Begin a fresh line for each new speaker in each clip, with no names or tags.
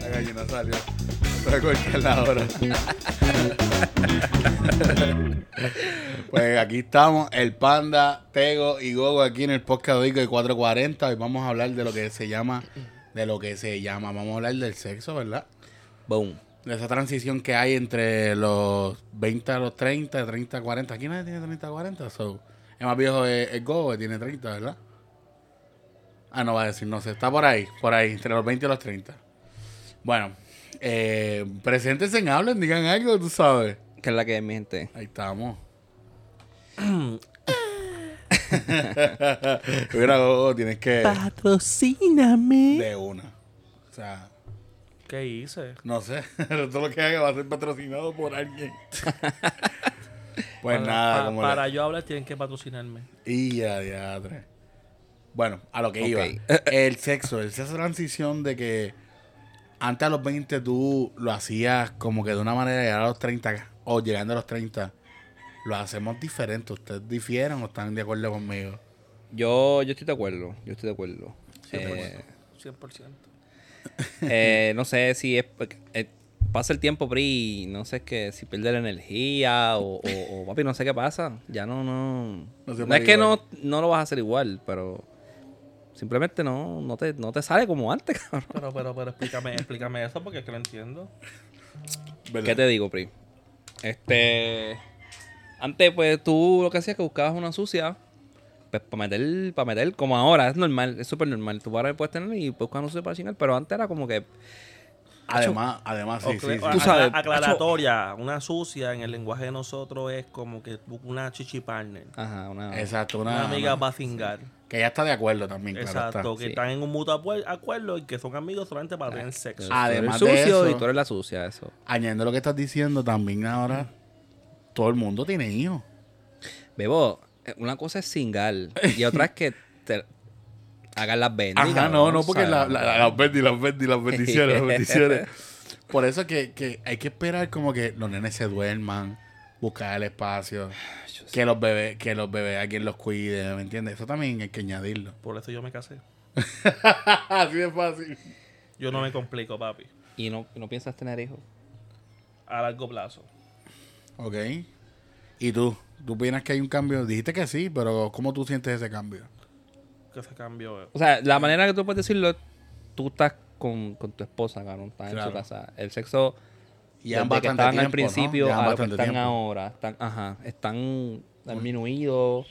La gallina salió. Está cualquier ahora. pues aquí estamos, el panda, Tego y Gogo aquí en el podcast de Ico de 440. Hoy vamos a hablar de lo que se llama, de lo que se llama, vamos a hablar del sexo, ¿verdad?
Boom.
De esa transición que hay entre los 20 a los 30, de 30 a 40. Aquí nadie tiene 30 a 40, so. El más viejo es, es Gogo, que tiene 30, ¿verdad? Ah, no va a decir, no sé, está por ahí, por ahí, entre los 20 y los 30. Bueno, eh, preséntense, hablen, digan algo, tú sabes.
¿Qué es la que es, mi gente?
Ahí estamos. Mira, Gogo, tienes que...
Patrocíname.
De una. O sea,
¿Qué hice?
no sé. Pero todo lo que haga va a ser patrocinado por alguien. pues
Para-
nada,
para,
como la-
para yo hablar tienen que patrocinarme.
Y a diadre. Bueno, a lo que
Ok.
iba. El sexo, esa transición de que antes a los 20 tú lo hacías como que de una manera y ahora a los 30 o llegando a los 30 lo hacemos diferente. ¿Ustedes difieren o están de acuerdo conmigo?
Yo, yo estoy de acuerdo. Yo estoy de acuerdo. Eh,
100%.
eh, no sé si es. porque, eh, pasa el tiempo, Pri. y No sé es que si pierde la energía o, o- o, papi, no sé qué pasa. Ya no, no.
No
No,
se
es
puede
que
igual.
no, no lo vas a hacer igual, pero. Simplemente no, no, te, no te sale como antes, cabrón.
Pero, pero, pero explícame, explícame eso porque es que lo entiendo.
¿Verdad?
¿Qué te digo, Pri? Este. Antes, pues tú lo que hacías es que buscabas una sucia. Pues para meter, para meter, como ahora, es normal, es súper normal. Tú ahora puedes tener y buscar una sucia para chingar, pero antes era como que.
Además, además, sí,
O-
sí,
o-
sí.
Tú sabes,
acla- aclaratoria, una sucia en el lenguaje de nosotros es como que una chichi partner.
Ajá, una.
Exacto,
Una,
una,
amiga
una-
va a fingar.
que ya está de acuerdo también, claro está.
Exacto, que
sí.
están en un mutuo apu- acuerdo y que son amigos solamente para tener sexo.
Ah, además
tú
de
eres sucio
eso-
y tú eres la sucia, eso.
Añadiendo lo que estás diciendo, también ahora todo el mundo tiene hijos.
Bebo, eh, una cosa es singal y otra es que te hagas las benditas.
Ajá, no, no, porque la- la- la- las bendi, las bendi, las bendiciones, las bendiciones. Por eso que, que hay que esperar como que los nenes se duerman, buscar el espacio, que los bebés, que los bebés alguien los cuide, ¿me entiendes? Eso también hay que añadirlo.
Por eso yo me casé.
Así de fácil.
Yo no me complico, papi.
Y no, no piensas tener hijos.
A largo plazo.
Ok. ¿Y tú? ¿Tú opinas que hay un cambio? Dijiste que sí, pero ¿cómo tú sientes ese cambio?
Que se cambió.
O sea, la manera que tú puedes decirlo es, tú estás con, con tu esposa, cabrón, estás
Claro.
en su casa. El sexo
Ya
desde que estaban al principio
Ya
a lo que
bastante
están
tiempo.
ahora, están, ajá, están disminuidos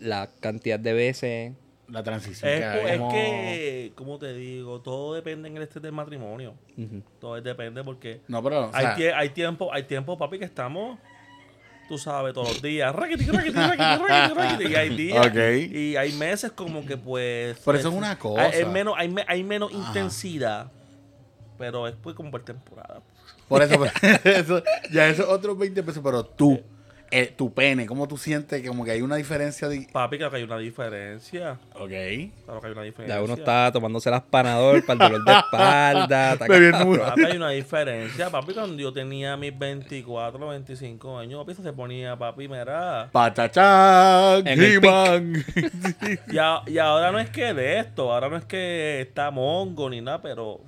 la cantidad de veces.
La transición
Es,
que
es
hemos-
que, como te digo, todo depende en el este del matrimonio.
Ujú.
Todo depende porque
No, pero, o sea,
hay, tie- hay tiempo, hay tiempo, papi, que estamos, tú sabes, todos los días. raquiti, raquiti, raquiti, raquiti, raquiti, y hay días.
Ok.
Y hay meses como que pues.
Pero eso es una cosa.
Hay, hay menos, hay, me- hay menos
Ajá.
intensidad. Pero es pues como por temporada.
Por eso, pues. pero- eso- ya esos otros 20 pesos, pero tú, eh, tu pene, ¿cómo tú sientes que como que hay una diferencia de...
Papi, claro que hay una diferencia.
Ok.
Claro que hay una diferencia.
Ya uno está tomándose las panador para el dolor de espalda. está
Bebiendo
cabrón.
mucho.
Papi, hay una diferencia. Papi, cuando yo tenía mis 24, 25 años, papi, eso se ponía, papi, mira.
Patachán,
En el
He-Man.
Y, a- y ahora no es que de esto, ahora no es que está mongo ni nada, pero.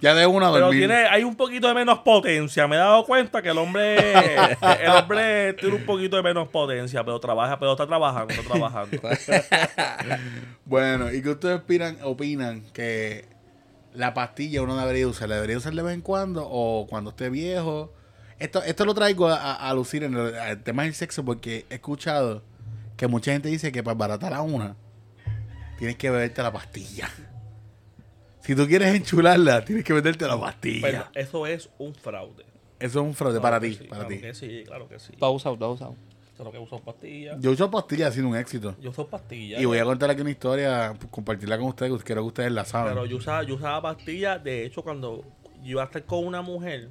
ya de una a
Pero
dormir.
tiene, hay un poquito de menos potencia. Me he dado cuenta que el hombre. El hombre tiene un poquito de menos potencia, pero trabaja, pero está trabajando, está trabajando.
Bueno, ¿y qué ustedes opinan, opinan que la pastilla uno no debería usar? ¿La debería usar de vez en cuando o cuando esté viejo? Esto, esto lo traigo a, a- a lucir en el, al tema del sexo porque he escuchado que mucha gente dice que para baratar a una tienes que beberte la pastilla. Si tú quieres enchularla, tienes que venderte la pastilla.
Pero eso es un fraude.
Eso es un fraude
Claro
para
que
ti,
sí,
para
claro
ti.
que sí, claro que sí.
Tú has usado, tú has usado.
Claro que uso pastillas.
Yo uso pastillas, ha sido un éxito.
Yo uso pastillas.
Y voy a contar aquí una historia, pues, compartirla con ustedes, que creo que ustedes la saben.
Pero yo usaba, yo usaba pastillas, de hecho, cuando yo iba a estar con una mujer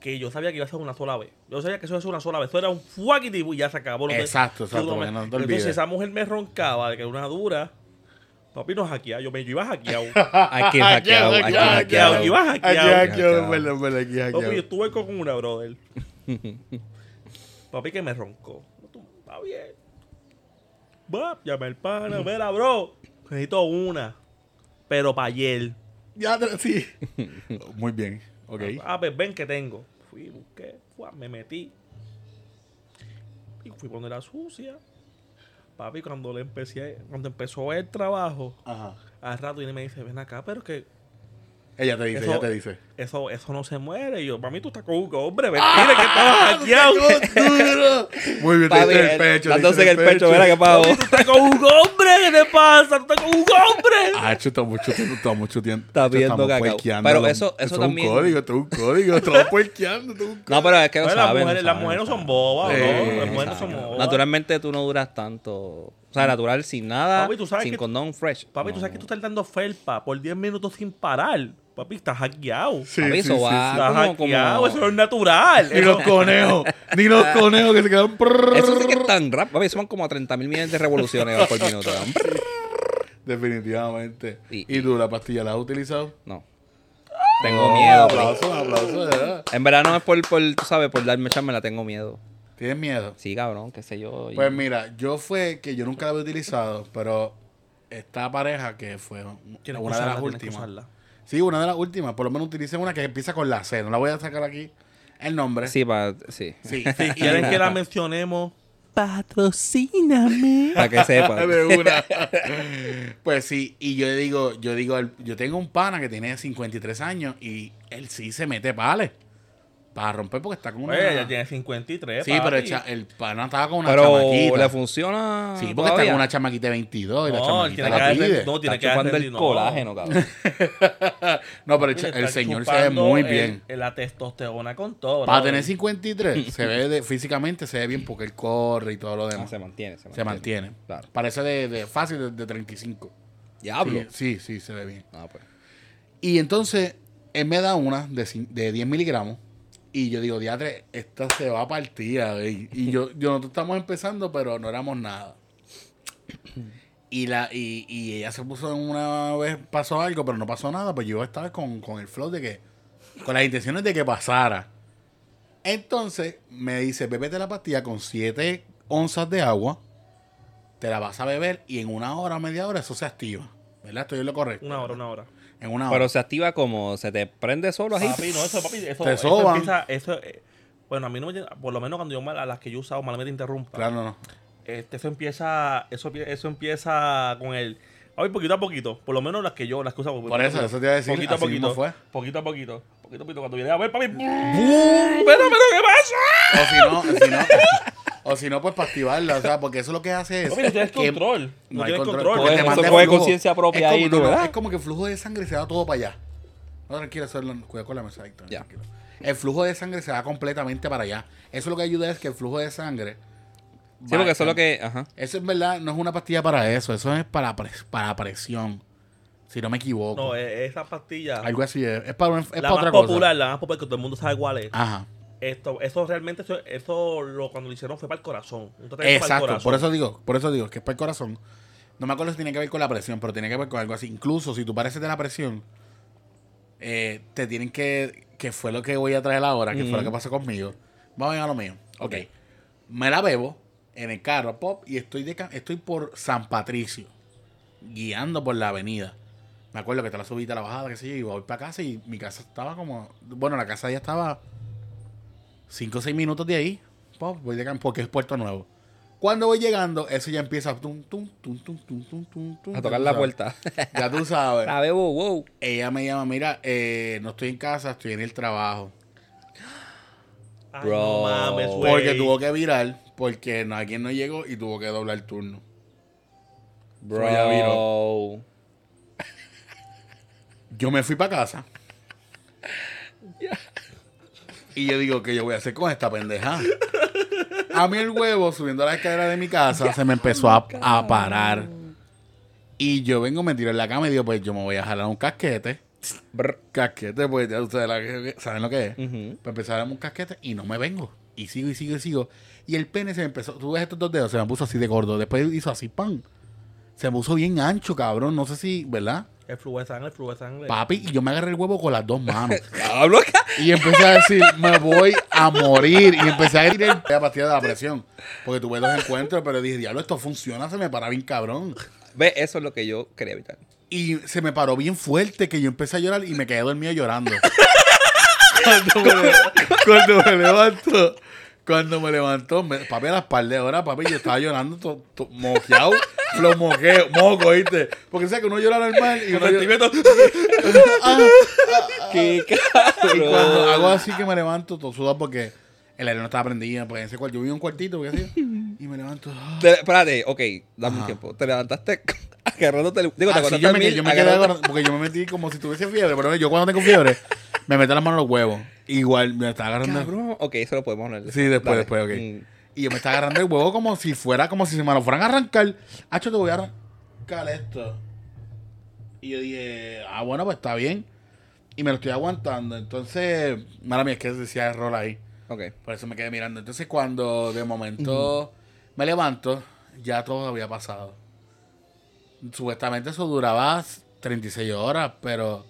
que yo sabía que iba a ser una sola vez. Yo sabía que eso iba a ser una sola vez. Eso era un fuaquiti y ya se acabó. No te-
Exacto, exacto,
tú
para que no te olvides.
Entonces, si esa mujer me roncaba de que era una dura, papi nos hackeaba. Yo, me, yo iba hackeado.
Aquí hackeado, aquí
hackeado,
hackeado.
aquí vas
Aquí
hackeado.
hackeado, en verdad, en verdad, aquí
papi, yo
hackeado.
estuve con una, brother. papi que me roncó. No, tú, Está bien. Va, llama el pana. Mira, bro. Necesito una. Pero para ayer.
Ya, te- sí. Muy bien. Ok.
Ah, pues ven que tengo. Fui, busqué, fua, me metí. Y fui cuando era sucia. Papi, cuando le empecé, cuando empezó el trabajo,
Ajá.
al rato y me dice, ven acá, pero es que
Ella te dice,
Eso-
ella te dice.
eso, eso no se muere. Y yo, para mí tú estás con un hombre, mentira, que
Ah,
estabas hackeado.
Muy bien, te
Papi, eh,
dice en el pecho. te
dándose
dice
en el pecho, mira qué pavo.
Papi, tú estás con un hombre, ¿qué te pasa? Tú estás con un hombre.
Ah, esto está mucho tiempo, está mucho tiempo.
Está
esto
viendo
estamos
cacao.
puerqueando
Pero
lo-
eso- eso también-
Es un código, esto es un código. Estamos puerqueando, esto es un
No, pero es que no
Bueno, Pues, las
saben.
mujeres-
no
las
saben,
mujeres no son
saben.
bobas,
¿no?
Sí,
Las
mujeres no son
saben.
bobas.
Naturalmente tú no duras tanto. O sea, natural sin nada,
Papi, tú sabes
sin
que-
condón fresh.
Papi, tú
No,
sabes que tú
no.
estás dando felpa por 10 minutos sin parar. Papi, estás hackeado.
Sí,
Papi, eso va
Ah,
Estás
como, como-
hackeado, ah, pues, eso no es natural.
Ni los
Eso-
conejos, ni los conejos que se quedan.
Eso sí que es tan rápido. Papi, eso van como a 30 mil millones de revoluciones por minuto.
Definitivamente.
Sí.
¿Y tú la pastilla la has utilizado?
No. Tengo
Oh,
miedo. bro.
Aplausos, aplausos, de verdad.
En verdad no es por, por, tú sabes, por darme la tengo miedo.
¿Tienes miedo?
Sí, cabrón, qué sé yo. y-
Pues mira, yo fue que yo nunca la había utilizado, pero esta pareja que fue un-
Tienes que
una de
usarla,
las
tienes que
últimas.
usarla.
Sí, una de las últimas. Por lo menos utilicé una que empieza con la C. No la voy a sacar aquí el nombre.
Sí, para sí.
sí.
Si quieren que la mencionemos,
Patrocíname.
Para que sepa.
De una. Pues sí, y yo digo, yo digo, al- yo tengo un pana que tiene 53 años y él sí se mete pales para romper porque está con una.
oye, Pues, ella tiene 53.
sí, pero el,
papi.
cha- el pana estaba con una
Pero
chamaquita.
le funciona.
Ah,
Sí, porque está
todavía?
con una chamaquita de 22 y la
No,
chamaquita
él tiene
la
que
pide.
darle- no, tiene
Está
que darle
chupando el
no.
colágeno, cabrón.
No, pero el,
Mira,
cha- el
está
señor se ve
chupando
muy
el-
bien.
el- la testosterona con todo.
Para
brother.
tener 53, se ve de- físicamente se ve bien porque él corre y todo lo demás.
se mantiene, se mantiene.
se mantiene.
Claro.
Parece de, de fácil de, de 35.
Diablo.
Sí, sí, sí, se ve bien.
Ah, pues.
Y entonces, él me da una de, cin- de 10 miligramos. Y yo digo, diadre, esta se va a partir. a ver". Y yo, yo, nosotros estamos empezando, pero no éramos nada. Y, la, y, y ella se puso en una vez, pasó algo, pero no pasó nada. Pues yo estaba con, con el flow de que, con las intenciones de que pasara. Entonces me dice, bebete la pastilla con 7 onzas de agua, te la vas a beber y en una hora, media hora, eso se activa. ¿Verdad? Estoy en lo correcto.
Una hora, una hora.
En una hora.
Pero se activa como se te prende solo así.
Papi, no, eso, papi, eso,
Te
eso
soban.
empieza, eso, eh, bueno, a mí no me llega- por lo menos cuando yo mal- a las que yo he usado, mal me te interrumpa.
Claro, no.
Este, eso empieza, eso, empie- eso empieza con el, ay, poquito a poquito, por lo menos las que yo, las que usaba.
Por eso, eso te iba a decir,
Poquito a
así mismo
poquito,
fue.
poquito a poquito, poquito a poquito, cuando viene a ver, papi, ¡bum! pero, pero, ¿qué pasa?
O si no, o si no, o si no, pues para activarla, o sea, porque eso lo que hace es.
Papi, no tienes
que-
control, no
hay
tienes control.
porque
Pues
te
eso
manda el
coge
flujo.
conciencia propia
es como,
ahí, tú,
no, no,
¿verdad?
es como que el flujo de sangre se va todo para allá. No, tranquilo, eso es lo- cuidado con la mesa, Víctor,
Ya.
tranquilo. El flujo de sangre se va completamente para allá. Eso lo que ayuda es que el flujo de sangre.
Sí, porque eso es lo que. Ajá.
Eso en verdad no es una pastilla para eso, eso es para, pres- para presión. Si no me equivoco.
No, eh, esa pastilla,
Algo así es. Es para, una- es
la
para
más
otra Ah.
popular, la más popular que todo el mundo sabe cuál es.
cosa. Ajá.
Esto, eso realmente, eso, eso lo, cuando lo hicieron fue para el corazón. Un tratamiento para el
Exacto,
corazón.
por eso digo, por eso digo, que es para el corazón. No me acuerdo si tiene que ver con la presión, pero tiene que ver con algo así. Incluso si tú pareces de la presión, eh, te tienen que. que fue lo que voy a traer ahora, que fue lo que pasó conmigo. Vamos a ir a lo mío. Ok.
Ok.
Me la bebo en el carro, pop, y estoy, de, ca- estoy por San Patricio, guiando por la avenida. Me acuerdo que te la subiste a la bajada, qué sé yo, y voy para casa y mi casa estaba como. Bueno, la casa ya estaba 5 o 6 minutos de ahí. Pop, voy llegando porque es Puerto Nuevo. Cuando voy llegando, eso ya empieza tum, tum, tum, tum, tum, tum, tum, tum,
A
ya
tocar
tú
la
sabes. Pues.
puerta.
Ya tú sabes.
La bebo, wow.
Ella me llama, mira, eh, no estoy en casa, estoy en el trabajo.
Ay,
Bro.
no mames, güey.
Porque tuvo que virar, porque no- alguien no llegó y tuvo que doblar turno.
Bro.
ya Yo me fui para casa. Y yo digo, ¿qué yo voy a hacer con esta pendeja? A mí el huevo, subiendo la escalera de mi casa, se me empezó a, a parar. Y yo vengo, me tiro en la cama y digo, pues yo me voy a jalar un casquete.
Brr.
Casquete, pues ya ustedes la- saben lo que es.
Ujú.
Pues empecé a darme un casquete y no me vengo. Y sigo y sigo y sigo. Y el pene se me empezó. Tú ves estos dos dedos, se me puso así de gordo. Después hizo así, pan. Se me puso bien ancho, cabrón. No sé si, ¿verdad?
El flujo de sangre, el flujo de sangre.
Papi, y yo me agarré el huevo con las dos manos.
Diablo, ca-
Y empecé a decir, me voy a morir. Y empecé a ir el- la pastilla de la presión. Porque tuve dos encuentros, pero dije, diablo, esto funciona, se me para bien cabrón.
Ve, eso es lo que yo quería evitar.
Y se me paró bien fuerte que yo empecé a llorar y me quedé dormido llorando. cuando, me, cuando me levanto, cuando me levantó, me- papi, a las par de horas, papi, yo estaba llorando to, to- moqueado, lo moqueo, moco, ¿viste? Porque sabes que uno llora normal y uno llora- Ah,
Qué
y cuando
cabrón.
hago así que me levanto, todo sudado porque el aire no estaba prendido, porque en ese cuarto yo vivía en un cuartito, porque así, y me levanto. ah.
Te- espérate, ok, dame
Ajá.
un tiempo. Te levantaste agarrándote el. Digo, te
Ah, sí,
acordaste
yo
del
me, quedé-
mil,
yo me quedé
agarrándote-
agarrando- porque yo me metí como si tuviese fiebre, pero yo cuando tengo fiebre, me meto las manos en los huevos. Igual me estaba agarrando.
Cabrón. Ok, eso lo podemos hablar.
Sí, después,
Dale.
después, ok.
Mm.
Y yo me estaba agarrando el huevo como si fuera, como si se me lo fueran a arrancar. Hacho, te voy a arrancar esto. Y yo dije, ah, bueno, pues está bien. Y me lo estoy aguantando. Entonces, mala mía, es que decía error ahí.
Mm, Ok.
Por eso me quedé mirando. Entonces, cuando de momento me levanto, ya todo había pasado. Supuestamente eso duraba 36 horas, pero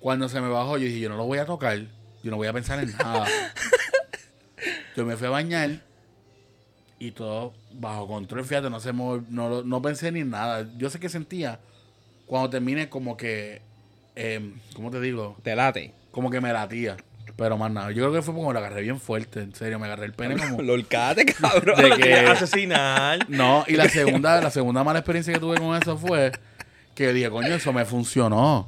cuando se me bajó, yo dije, yo no lo voy a tocar. Yo no voy a pensar en nada. yo me fui a bañar y todo bajo control. Fíjate, no, se mo- no, lo- no pensé ni en nada. Yo sé que sentía cuando terminé como que, em, ¿cómo te digo?
Te late.
como que me latía. Pero más nada, yo creo que fue porque me lo agarré bien fuerte, en serio, me agarré el pene como...
Lo holcate, cabrón.
De que-
Quería asesinar.
No, y la segunda, la segunda mala experiencia que tuve con eso fue que yo dije, coño, eso me funcionó.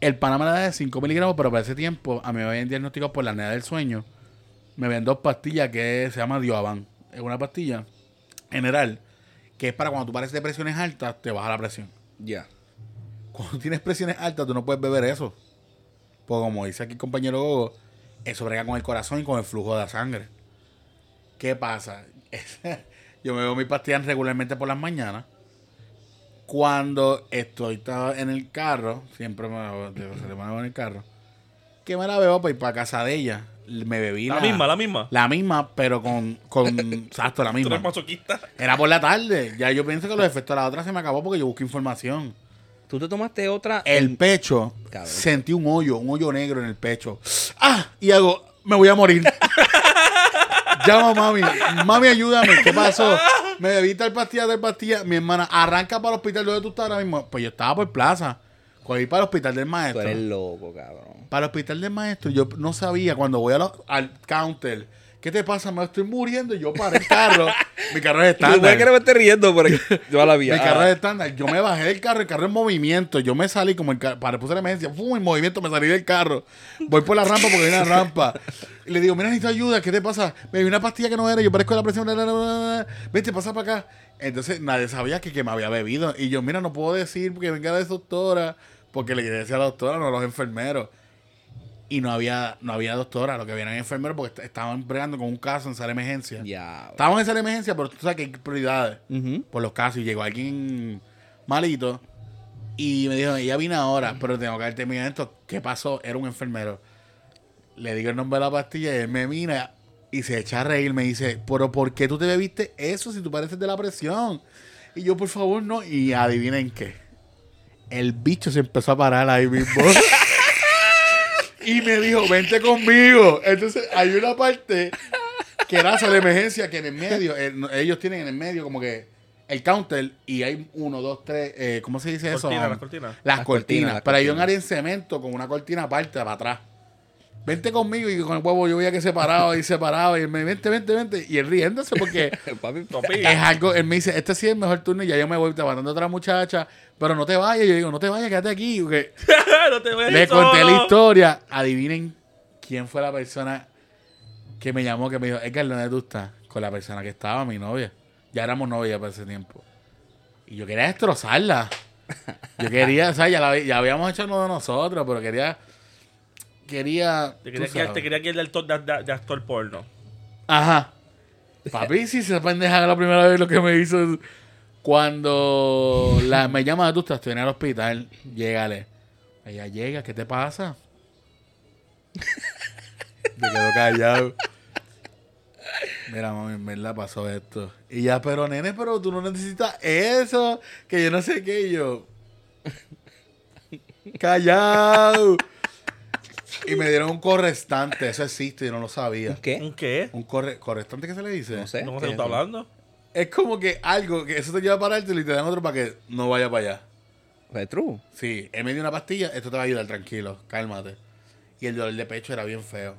El Panamá era de 5 miligramos, pero para ese tiempo a mí me habían diagnosticado por la apnea del sueño. Me ven dos pastillas que se llama Dioaban. Es una pastilla general que es para cuando tú pareces de presiones altas, te baja la presión.
Ya.
cuando tienes presiones altas, tú no puedes beber eso. Porque como dice aquí el compañero Gogo, eso brega con el corazón y con el flujo de la sangre. ¿Qué pasa? Yo me veo mis pastillas regularmente por las mañanas. Cuando estoy ta- en el carro, siempre me la veo- se le pone en el carro, que me la veo para ir para casa de ella. Me bebí
La misma, la misma.
La misma, pero con, con exacto, la
Tú
misma.
eres masoquista.
Era por la tarde. Ya yo pienso que los efectos de la otra se me acabó porque yo busqué información.
Tú te tomaste otra.
El pecho,
Cabrón.
sentí un hoyo, un hoyo negro en el pecho. ¡Ah! Y hago, me voy a morir. Llamo a mami, mami, ayúdame, ¿qué pasó? Me bebí tal pastilla, tal pastilla. Mi hermana, arranca para el hospital donde tú estás ahora mismo. Pues yo estaba por plaza. Cogí para el hospital del
Tú
maestro.
eres loco, cabrón.
Para el hospital del maestro, yo no sabía cuando voy a la- al counter. ¿Qué te pasa? Me estoy muriendo. Yo paré el carro. Mi carro es
Tú puedes que no
estándar.
me esté riendo, pero yo a la vi.
Mi carro es estándar. Yo me bajé del carro, el carro en movimiento. Yo me salí como el carro, para puse la emergencia, ¡fum! en movimiento, me salí del carro. Voy por la rampa porque hay una rampa. Y le digo, mira, necesito ayuda, ¿qué te pasa? Me vi una pastilla que no era, yo parezco la presión, bla, bla, bla, bla, bla. vete, pasa para acá. Entonces nadie sabía que, que me había bebido. Y yo, mira, no puedo decir que venga la doctora, porque le quería decir a la doctora, no a los enfermeros. Y no había, no había doctora, lo que habían eran enfermeros porque est- estaban bregando con un caso en sala de emergencia.
Ah, Ya.
Estábamos en sala de emergencia, pero tú sabes que hay prioridades
Ujú.
por los casos y llegó alguien malito y me dijo, ella vino ahora, pero tengo que haber terminado esto. ¿Qué pasó? Era un enfermero. Le digo el nombre de la pastilla y él me mira y se echa a reír. Me dice, pero ¿por qué tú te bebiste eso si tú pareces de la presión? Y yo, por favor, no. Y adivinen qué. El bicho se empezó a parar ahí mismo. y me dijo, vente conmigo. Entonces, hay una parte que era sala de emergencia que en el medio, el- no, ellos tienen en el medio como que el counter y hay uno, dos, tres, eh, ¿cómo se dice eso?
Cortina, las
Las,
cortinas.
Las cortinas,
cortinas.
las
pero hay un
cortinas.
área en cemento con una cortina aparte para atrás. Vente conmigo y con el huevo yo veía que se paraba y se paraba y él me vente, vente, vente. Y él riéndose porque
Papi,
Papi,
es algo, él me dice, este sí es el mejor turno y ya yo me voy te mandando a otra muchacha, pero no te vayas. Yo digo, no te vayas, quédate aquí. porque
no te voy a
le
decir
conté la
solo.
historia. Adivinen quién fue la persona que me llamó, que me dijo, Edgar, ¿dónde tú estás? Con la persona que estaba, mi novia. Ya éramos novia para ese tiempo. Y yo quería destrozarla. Yo quería, o sea, ya, la habí- ya habíamos hecho uno de nosotros, pero quería... Quería... tú
Te quería, que,
sabes.
te quería que el de actor, de, de- de actor porno.
Ajá. Papi, si esa pendeja era la primera vez lo que me hizo. Cuando la, me llama tú estás, estoy en el hospital, llégale. Ella llega, ¿qué te pasa? Me quedo callado. Mira, mami, en verdad pasó esto. Y ya, pero nene, pero tú no necesitas eso. Que yo no sé qué. Y yo. Callado. Y me dieron un correstante. Eso existe, yo no lo sabía.
¿Qué?
¿Un qué?
¿Un corre correstante que se le dice?
No sé.
No
¿Qué
sé
es
qué está
eso?
hablando.
Es como que algo que eso te lleva a pararte y te dan otro para que no vaya para allá.
Ok. sea, true.
Sí, él me dio una pastilla, esto te va a ayudar, tranquilo, cálmate. Y el dolor de pecho era bien feo.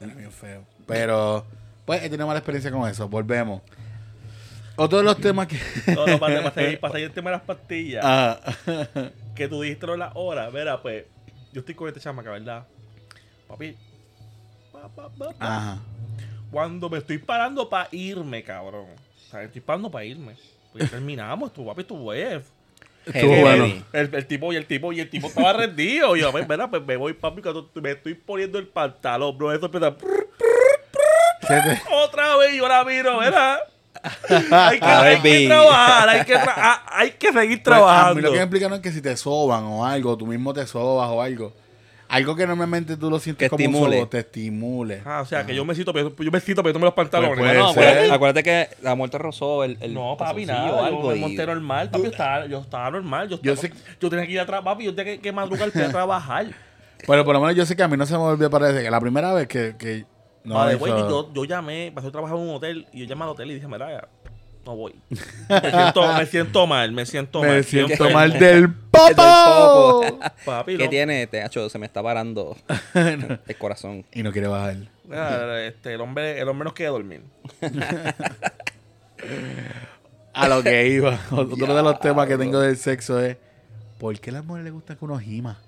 Era bien feo. Pero, pues, he tenido mala experiencia con eso. Volvemos. Otro de los temas que.
No, no, para, para, seguir, para seguir el tema de las pastillas.
Ah,
Que tú dijiste lo de las horas. Mira, pues, yo estoy con esta chamaca, ¿verdad? Papi. Pa, pa, pa, pa.
Ajá.
Cuando me estoy parando para irme, cabrón. O sea, estoy parando para irme. Porque terminamos, tu papi, tu web.
Estuvo bueno.
El, el tipo y el tipo y el tipo estaba rendido. Y yo, pues, mira, pues me voy, papi, cuando me estoy poniendo el pantalón, bro. Eso empieza.
Se te- pues,
Otra vez yo la miro, ¿verdad? hay, que, hay que
Baby.
trabajar, hay que, tra- a- hay que seguir
Pues, a mí
trabajando.
lo que me explicaron es que si te soban o algo, tú mismo te sobas o algo. Algo que normalmente tú lo sientes
Que
como un
estimule.
sobo, te estimule.
Ah, o sea, que yo me siento, pero yo me siento, pero yo me los pantalones.
Pues, puede
no,
no,
ser.
acuérdate, acuérdate que la muerte rozó el, el
no, papi,
calzoncillo
nada.
o
Yo me
y-
monté normal, papi. Yo estaba, yo estaba normal. Yo,
Yo
estaba-
sé-
yo tenía que ir a trabajar, papi. Yo tenía que, que madrugar para trabajar.
Pero por lo menos yo sé que a mí no se me volvió a parecer. que La primera vez que. que no,
Vale,
eso-
güey, yo, yo llamé, pasé a trabajar en un hotel y yo llamé al hotel y dije, mira, ya, no voy. Me siento, me siento mal, me siento mal.
me
estoy
siento
enfermo.
mal del popo.
popo.
Papi,
¿Qué
no.
tiene, Teacho? Se me está parando el corazón.
y no quiere bajar.
Mira, este, el, hombre, el hombre nos queda dormir.
A lo que iba. Otro de los temas que tengo del sexo es: ¿por qué a las mujeres les gusta que uno gima?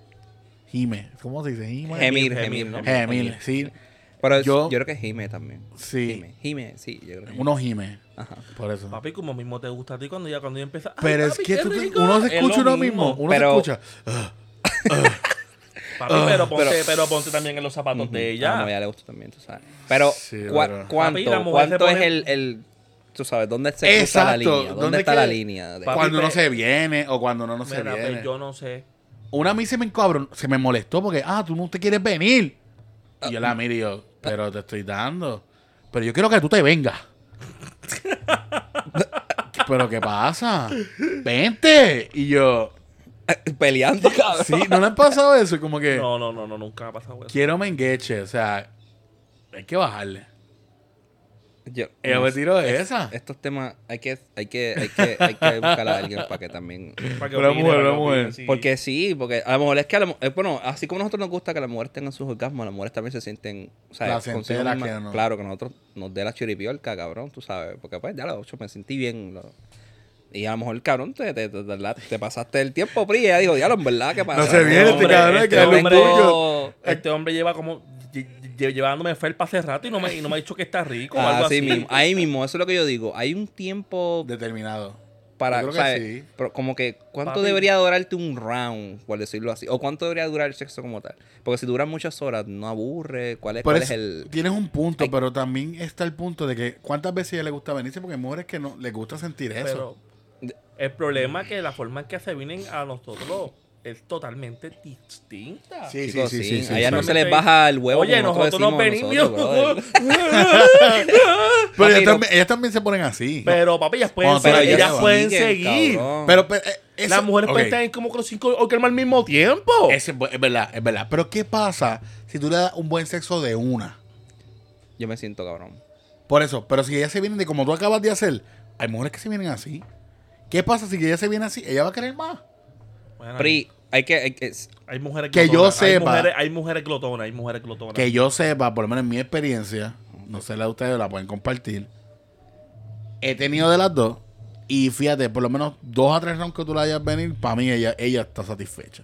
Gime. ¿Cómo se dice? Gima.
Gemir,
gemir,
gemir,
¿no?
¿no?
Gemir, sí.
Pero es-
Yo-
yo, creo que gime también.
Sí.
Gime, gime, sí, yo creo que
Uno gime.
Ajá.
Por eso.
Papi, como mismo te gusta a ti cuando ya, cuando ya empieza. "Ay,
Pero es
papi,
que
qué
tú te-
rico".
uno se
Es
escucha
lo
uno
mismo.
mismo. Uno
Pero-
se escucha. "Ah".
Papi, pero, ponte, pero, ponte también en los zapatos de
Ah,
ella.
no, ya le gusta también, tú sabes. Pero,
Sí,
¿cua-
pero-
¿cuánto,
Papi, la mujer
cuánto
se
es
pone-
el, el- Tú sabes, ¿dónde se cruza la
Exacto,
línea? ¿Dónde,
¿dónde
está
que-
la línea? de-
Papi,
cuando no
pe-
se viene o cuando no, no se
Mira, pues,
viene.
yo no sé.
Una a mí se me encabron, se me molestó porque, ah, tú no te quieres venir. Y yo
Ah.
la miro y yo, pero te estoy dando. Pero yo quiero que tú te vengas. pero ¿qué pasa? Vente. Y yo,
Peleando, cabrón.
sí, ¿no le han pasado eso? Y Como que,
No, no, no, no, nunca ha pasado eso.
quiero me engueche, o sea, hay que bajarle.
Yo-
Yo me tiro de esa.
Estos temas hay que, hay que, hay que, hay que buscar a alguien para que también.
Para que
Pero
opine,
mujer,
para que
pero
opine,
mujer.
sí.
Porque sí, porque a lo mejor es que a lo, eh, bueno, así como nosotros nos gusta que las mujeres tengan sus orgasmos, las mujeres también se sienten, o sea,
Placenteras
consigo mismas.
que no.
claro que nosotros nos dé la chiripiorca, cabrón, tú sabes, porque pues ya a los ocho me sentí bien. lo- y a lo mejor, cabrón, te, te, te- te- la- te pasaste el tiempo, Pri, y ella dijo, diablo, en verdad, ¿qué pasa?
se viene este cabrón, que
tengo-
es lo tuyo.
Este hombre lleva como lle- lle- llevándome felpa hace rato y no me, y no me ha dicho que está rico o
Ah,
algo
sí
así.
mismo, ahí mismo, eso es lo que yo digo, hay un tiempo
Determinado.
para,
Yo creo que
¿sabes?
sí.
Pero como que, ¿cuánto
Papi.
debería durarte un round, por decirlo así? ¿O cuánto debería durar el sexo como tal? Porque si dura muchas horas, no aburre, ¿cuál es,
Por
cuál
eso
es el...?
Tienes un punto,
Ay.
pero también está el punto de que cuántas veces a ella le gusta venirse, porque hay mujeres que no les gusta sentir eso.
Pero el problema es que la forma en que se vienen a nosotros es totalmente distinta.
Sí,
Chicos, sí, a
sí.
ellas no se les
Solamente-
baja el huevo.
Oye,
como
nosotros nos
decimos
venimos.
nosotros, brother.
Pero ellas
Papi, no-
también, ellas también se ponen así.
pero papi, ellas pueden,
Bueno,
ser-
pero ellas
ellas
se
pueden
siguen,
seguir.
cabrón.
Pero, pero, eh, ese-
Las mujeres
ok,
pueden estar en como con los cinco orgasmos al mismo tiempo.
ese es bu- es verdad, es verdad. Pero ¿qué pasa si tú le das un buen sexo de una?
Yo me siento cabrón.
Por eso, pero si ellas se vienen de como tú acabas de hacer, hay mujeres que se vienen así. ¿Qué pasa si ella se viene así? Ella va a querer más.
Bueno,
Pri, hay que... hay que- es-
hay mujeres
que yo
glotonas, hay
sepa.
mujeres- Hay mujeres glotonas, hay mujeres glotonas.
Que yo sepa, por lo menos en mi experiencia, no sé la de ustedes, la pueden compartir. He tenido de las dos. Y fíjate, por lo menos dos a tres rounds que tú la hayas venir, para mí ella, ella está satisfecha.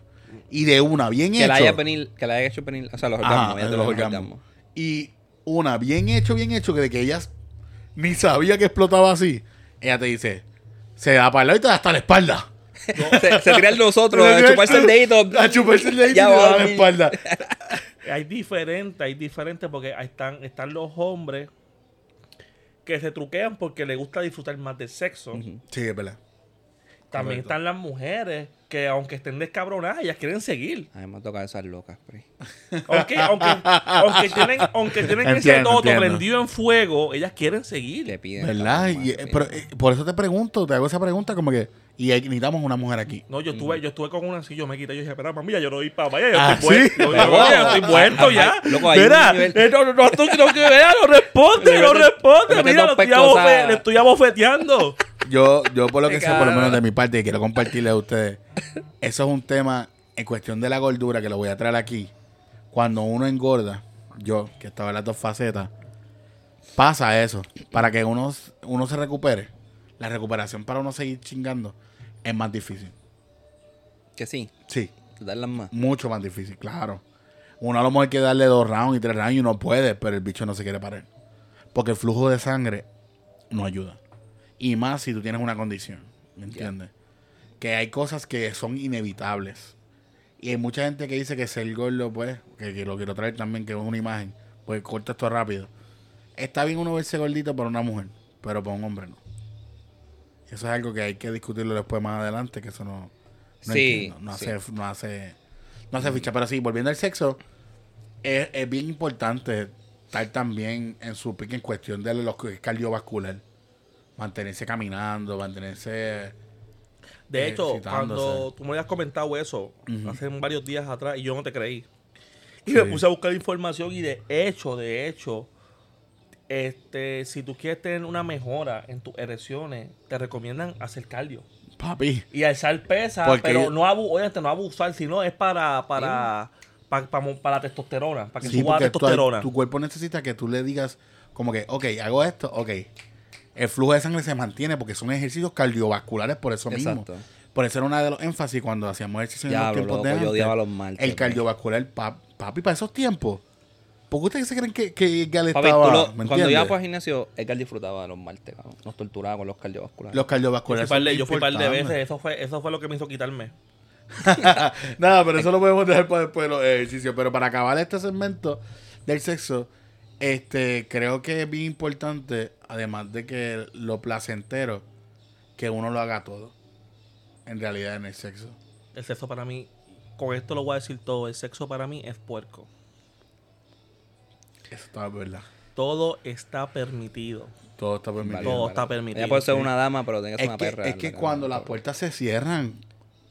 Y de una, bien
que,
hecho.
la haya venir, que la haya hecho venir... O sea, los
Ajá,
orgasmos. ella te
de
los
los orgasmos.
orgasmos.
Y una, bien hecho, bien hecho, que de que ellas ni sabía que explotaba así. Ella te dice, se da para el lado y te da hasta la espalda.
se, se tiran nosotros a chuparse el dedito.
A chuparse el dedito y
Ya
te da
va,
la
mi-
espalda.
Hay diferentes, hay diferentes porque ahí están, están los hombres que se truquean porque les gusta disfrutar más del sexo.
Ujú.
Sí, es verdad.
También
correcto.
están las mujeres que aunque estén descabronadas, ellas quieren seguir.
Ay, me ha tocado esas locas, Pri.
Aunque, aunque, aunque tienen, aunque tienen ese
Entiendo,
toto
entiendo.
prendido en fuego, ellas quieren
Le
seguir.
piden...
¿Verdad?
cabrón,
Y,
madre
eh,
mía.
pero, eh, por eso te pregunto, te hago esa pregunta como que, y ahí necesitamos una mujer aquí.
No, yo estuve, yo estuve con una así, yo me quité, yo dije, espera, mami, ya yo no voy para allá, yo
Ah,
estoy
¿sí?
muerto. Yo, yo- yo estoy muerto ya.
Loco, hay un
Mira,
nivel-
eh, no, no, no, no, no, que vea, no responde,
Le
no
meten-
responde.
le meten
Mira,
dos
lo estoy
pescosas.
abofe- le estoy abofeteando.
yo, yo por lo que
Qué
sé, por lo
cabrón.
menos de mi parte, y quiero compartirles a ustedes. Eso es un tema en cuestión de la gordura que lo voy a traer aquí. Cuando uno engorda, yo que estaba en las dos facetas, pasa eso. Para que uno, uno se recupere, la recuperación para uno seguir chingando es más difícil.
Que sí,
Sí,
te dan las más.
mucho más difícil, claro. Uno a lo mejor hay que darle dos rounds y tres rounds y uno puede, pero el bicho no se quiere parar. Porque el flujo de sangre no ayuda. Y más si tú tienes una condición, ¿me entiendes? Que hay cosas que son inevitables. Y hay mucha gente que dice que ser gordo, pues, que, que lo quiero traer también, que es una imagen, pues corta esto rápido. Está bien uno verse gordito para una mujer, pero para un hombre no. Eso es algo que hay que discutirlo después más adelante, que eso no, no
Sí,
entiendo. No
sí.
hace, no hace, no hace ficha. Pero sí, volviendo al sexo, es, es bien importante estar también en su pique en cuestión de lo que es cardiovascular. Mantenerse caminando, mantenerse.
De hecho,
Excitándose.
cuando tú me habías comentado eso hace varios días atrás y yo no te creí. Y
Sí.
me puse a buscar información y de hecho, de hecho, este, si tú quieres tener una mejora en tus erecciones, te recomiendan hacer cardio.
Papi.
Y alzar pesa,
Porque
pero
yo-
no, abu obviamente, no abusar, sino es para para, pa- pa- para la testosterona, para que
Sí,
suba la
porque tú-
testosterona.
tu cuerpo necesita que tú le digas, como que, ok, hago esto, ok. El flujo de sangre se mantiene porque son ejercicios cardiovasculares por eso mismo.
Exacto.
Por eso era una de los énfasis cuando hacíamos ejercicio en los
Diablo,
tiempos
loco,
de
yo
antes.
odiaba los martes,
El cardiovascular, pa- papi, para esos tiempos. ¿Por qué ustedes se creen que, que Edgar
Papi,
estaba?
tú lo-
¿me
cuando pues,
entiendes?
iba para el gimnasio, Edgar disfrutaba de los martes, cabrón. Nos torturaba con los cardiovasculares.
Los
Yo fui
cardiovasculares.
par
son
de- yo fui un par de
importantes.
veces, eso fue, eso fue lo que me hizo quitarme.
Nada, pero eso lo podemos dejar para después de los ejercicios. Pero para acabar este segmento del sexo, este, creo que es bien importante, además de que lo placentero, que uno lo haga todo. En realidad, en el sexo.
El sexo para mí, con esto lo voy a decir todo, el sexo para mí es puerco.
Eso está verdad.
Todo está permitido.
Todo está permitido.
Todo está permitido.
Ella puede ser una dama, pero tenga que ser
Es
una
que,
perra.
es que cuando las puertas se cierran,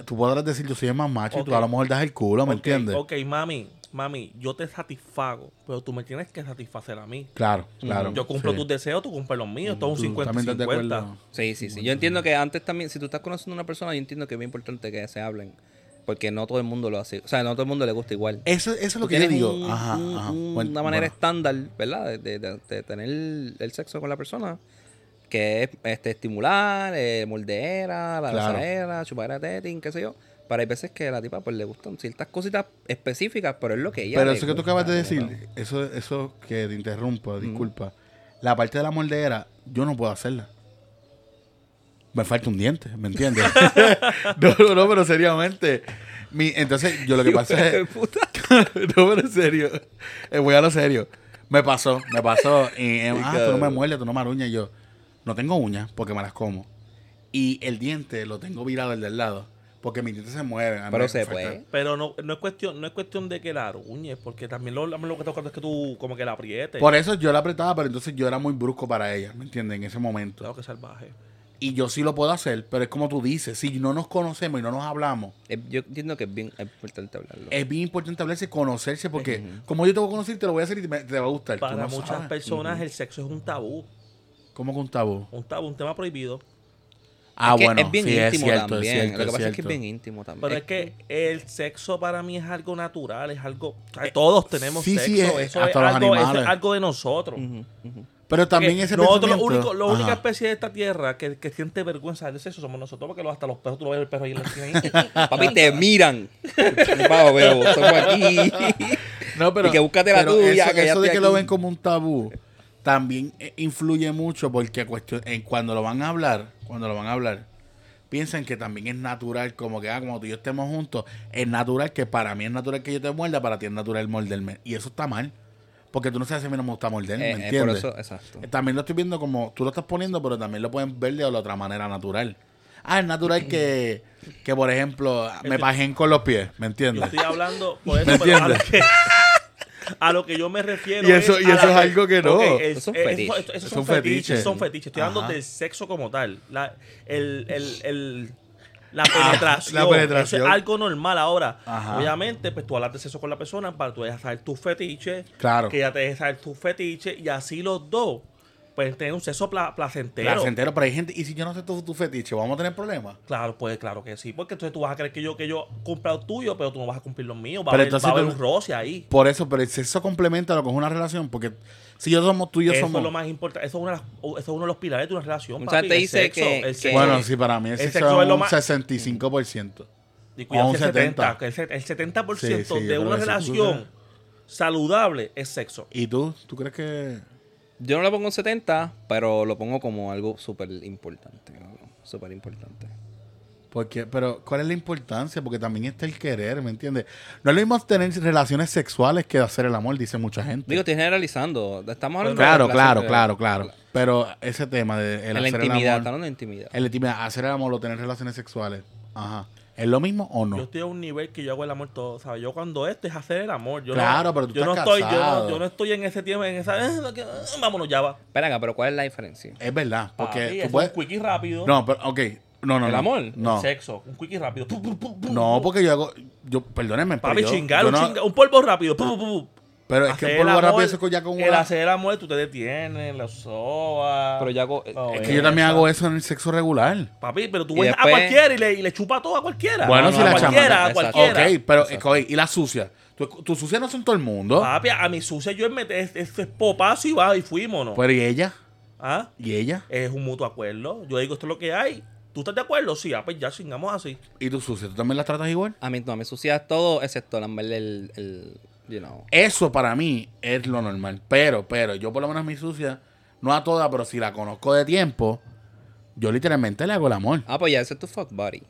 tú podrás decir yo soy el más macho y tú
Ok.
a lo mejor das el culo, ¿me
Ok,
entiendes?
Ok, mami, mami, yo te satisfago, pero tú me tienes que satisfacer a mí.
Claro, claro.
Yo cumplo
sí.
tus deseos, tú cumples los míos, todo un
Tú también estás de
50-50.
acuerdo.
Sí, sí, sí. Yo entiendo que antes también, si tú estás conociendo a una persona, yo entiendo que es bien importante que se hablen. Porque no todo el mundo lo hace. O sea, no todo el mundo le gusta igual.
Eso, eso es
Tú
lo que yo
tienes
digo.
un-
ajá,
un-
ajá.
un-
Bueno,
una manera
bueno.
estándar, ¿verdad? De, de- de- de tener el sexo con la persona. Que es este, estimular, eh, moldeera, la
Claro.
besadera, chupadera de tetín, qué sé yo. Pero hay veces que a la tipa pues le gustan ciertas cositas específicas, pero es lo que ella
Pero
le
eso que tú
gusta,
acabas de
como tal.
decir, eso, eso que te interrumpo, disculpa. La parte de la moldera, yo no puedo hacerla. Me falta un diente, ¿me entiendes? no, no, no, pero seriamente. Mi, entonces, yo lo que pasa es.
Puta.
no, pero en serio. Eh, voy a lo serio. Me pasó, me pasó. Y, eh, ah, tú no me
cabrón.
muerdes, tú no me aruñas. Y yo, no tengo uñas porque me las como. Y el diente lo tengo virado al del lado. Porque mis dientes se mueven. a mí
Pero
me
se
falta-
puede.
Pero no, no es cuestión, no es cuestión de que la aruñes, porque también lo, lo que está buscando es que tú como que la aprietes.
Por eso yo la apretaba, pero entonces yo era muy brusco para ella, ¿me entiendes? En ese momento.
Claro que salvaje.
Y yo sí lo puedo hacer, pero es como tú dices, si no nos conocemos y no nos hablamos,
Eh, Yo entiendo que es bien es importante hablarlo.
es bien importante hablarse, conocerse, porque como yo te voy a conocer, te lo voy a hacer y me- te va a gustar. Tú
Para
no
muchas
sabes.
personas el sexo es un tabú,
¿Cómo con tabú?
un tabú, un tema prohibido.
Ah,
que
bueno,
es bien
sí,
íntimo
es cierto, es
también.
cierto,
Lo que pasa es, que es
cierto.
bien íntimo también. Eh,
Pero es que el sexo para mí es algo natural, es algo. o sea, todos tenemos
Eh, sí,
sexo.
sí, es-
eso es
hasta los
algo, eso es
animales.
algo de nosotros.
Ujú, ujú.
Pero también
Porque
ese
nosotros lo
pensamiento-
único, la
Ajá.
única especie de esta tierra que, que siente vergüenza de sexo somos nosotros, porque los- hasta los perros, tú lo ves el perro ahí en la esquina. ahí.
Papi, te miran. Vamos, bebo, estamos aquí.
No, pero,
Y que búscate la
pero
tuya,
Eso,
que ya
eso de
estoy
que lo
aquí.
ven como un tabú también eh, influye mucho porque cuestión, en cuando lo van a hablar, cuando lo van a hablar, piensan que también es natural, como que, ah, como tú y yo estemos juntos, es natural que para mí es natural que yo te muerda, para ti es natural morderme. Y eso está mal. Porque tú no sabes si a mí no me gusta morder, ¿me
Eh, eh,
entiendes?
por eso, exacto.
Eh, También lo estoy viendo como tú lo estás poniendo, pero también lo pueden ver de la otra manera natural. Ah, es natural que, que por ejemplo, me pajen con los pies, ¿me
Yo
entiendes?
estoy hablando por eso,
¿Me
pero a lo,
entiendes?
que, a lo que yo me refiero.
Y eso-
es
y
a
eso
la-
es algo que no.
Ok, el-
Eso es un
eh,
fetiche.
eso- eso
Es
son
un
fetiches.
fetiche.
Son fetiches. Estoy
Ajá.
hablando del sexo como tal. La, el, el, el- la penetración.
Ah, la penetración.
Eso es algo normal ahora.
Ajá.
Obviamente, pues tú hablas de sexo con la persona para tú dejes saber tus fetiches.
Claro.
Que ella te deje saber tus fetiches. Y así los dos. pueden tener un sexo pla- placentero.
Placentero, pero hay gente. Y si yo no sé tu, tu fetiche, vamos a tener problemas.
Claro, pues claro que sí, porque entonces tú vas a creer que yo que yo cumpla los tuyos, pero tú no vas a cumplir los míos, va
Pero
a haber, va
entonces
a haber
tú-
un roce ahí.
Por eso, pero el sexo complementa lo que es una relación. Porque si yo somos tú y yo
eso
somos.
es lo más importante, eso es, una de las- eso es uno de los pilares de una relación,
Mucha gente
el
dice
sexo,
que-
el
que-
sexo.
bueno, sí, para mí el,
el
sexo,
sexo
es
es lo
un
más-
65%.
Y cuidado,
O un
si el 70,
70.
que el set- el 70%
Sí, sí,
de
yo creo
una
que sí.
relación saludable es sexo.
¿Y tú? ¿Tú crees que.?
Yo no lo pongo en 70, pero lo pongo como algo súper importante. cabrón, Súper importante.
Porque, pero, ¿cuál es la importancia? Porque también está el querer, ¿me entiendes? No es lo mismo tener relaciones sexuales que hacer el amor, dice mucha gente.
Digo, estoy generalizando. Estamos hablando
claro,
de
claro,
relaciones-
claro, claro. Pero ese tema de el
En la
hacer el
intimidad, estamos
amor.
hablando de intimidad.
El intimidad, hacer el amor o tener relaciones sexuales. Ajá. ¿Es lo mismo o
Yo
no?
estoy a un nivel que yo hago el amor todo, ¿sabes? Yo cuando esto es hacer el amor, yo
Claro,
no,
pero tú
yo
estás
no estoy, yo
casado.
no, yo no estoy en ese tiempo, en esa, "Ah, que- ah, vámonos ya va.
Espera acá, pero ¿cuál es la diferencia?
Es verdad, porque
Papi, eso
tú
es
puedes...
un quickie rápido,
No, pero, ok. No, no,
¿El
no.
amor?
No.
sexo, un quickie rápido. pum, pum, pum, pum,
No,
pum.
porque yo hago... Yo, perdónenme, pero
Papi,
yo-
chingar,
yo
un,
no-
chinga- un polvo rápido. pum, pum, pum.
Pero es que un
Hacer
polvo
el
rápido
amor,
eso es ya con
El
una...
hacer el amor, tú te detienes, la soba.
Pero yo hago-
Es que yo también hago eso en el sexo regular.
Papi, pero tú
Y
ves
después-
a cualquiera y le, y le chupa todo a cualquiera.
Bueno,
no,
si
no,
la
a
chama...
cualquiera, a
Exacto.
cualquiera.
Ok, pero,
Exacto.
ok, y la sucia. Tus tu sucias no son todo el mundo.
Papi, a mi sucia yo me es, es, es popazo y va y fuimos, ¿no?
Pero ¿y ella?
¿Ah?
¿Y ella?
Es un mutuo acuerdo. Yo digo, esto es lo que hay. ¿Tú estás de acuerdo? Sí, ah, pues ya chingamos así.
¿Y tu sucia? ¿Tú también la tratas igual?
A mí no, me sucia todo excepto la el, el, you know.
Eso para mí es lo normal. Pero, pero, yo por lo menos mi sucia, no a toda, pero si la conozco de tiempo, yo literalmente le hago el amor.
Ah, pues ya, ese es tu fuck buddy.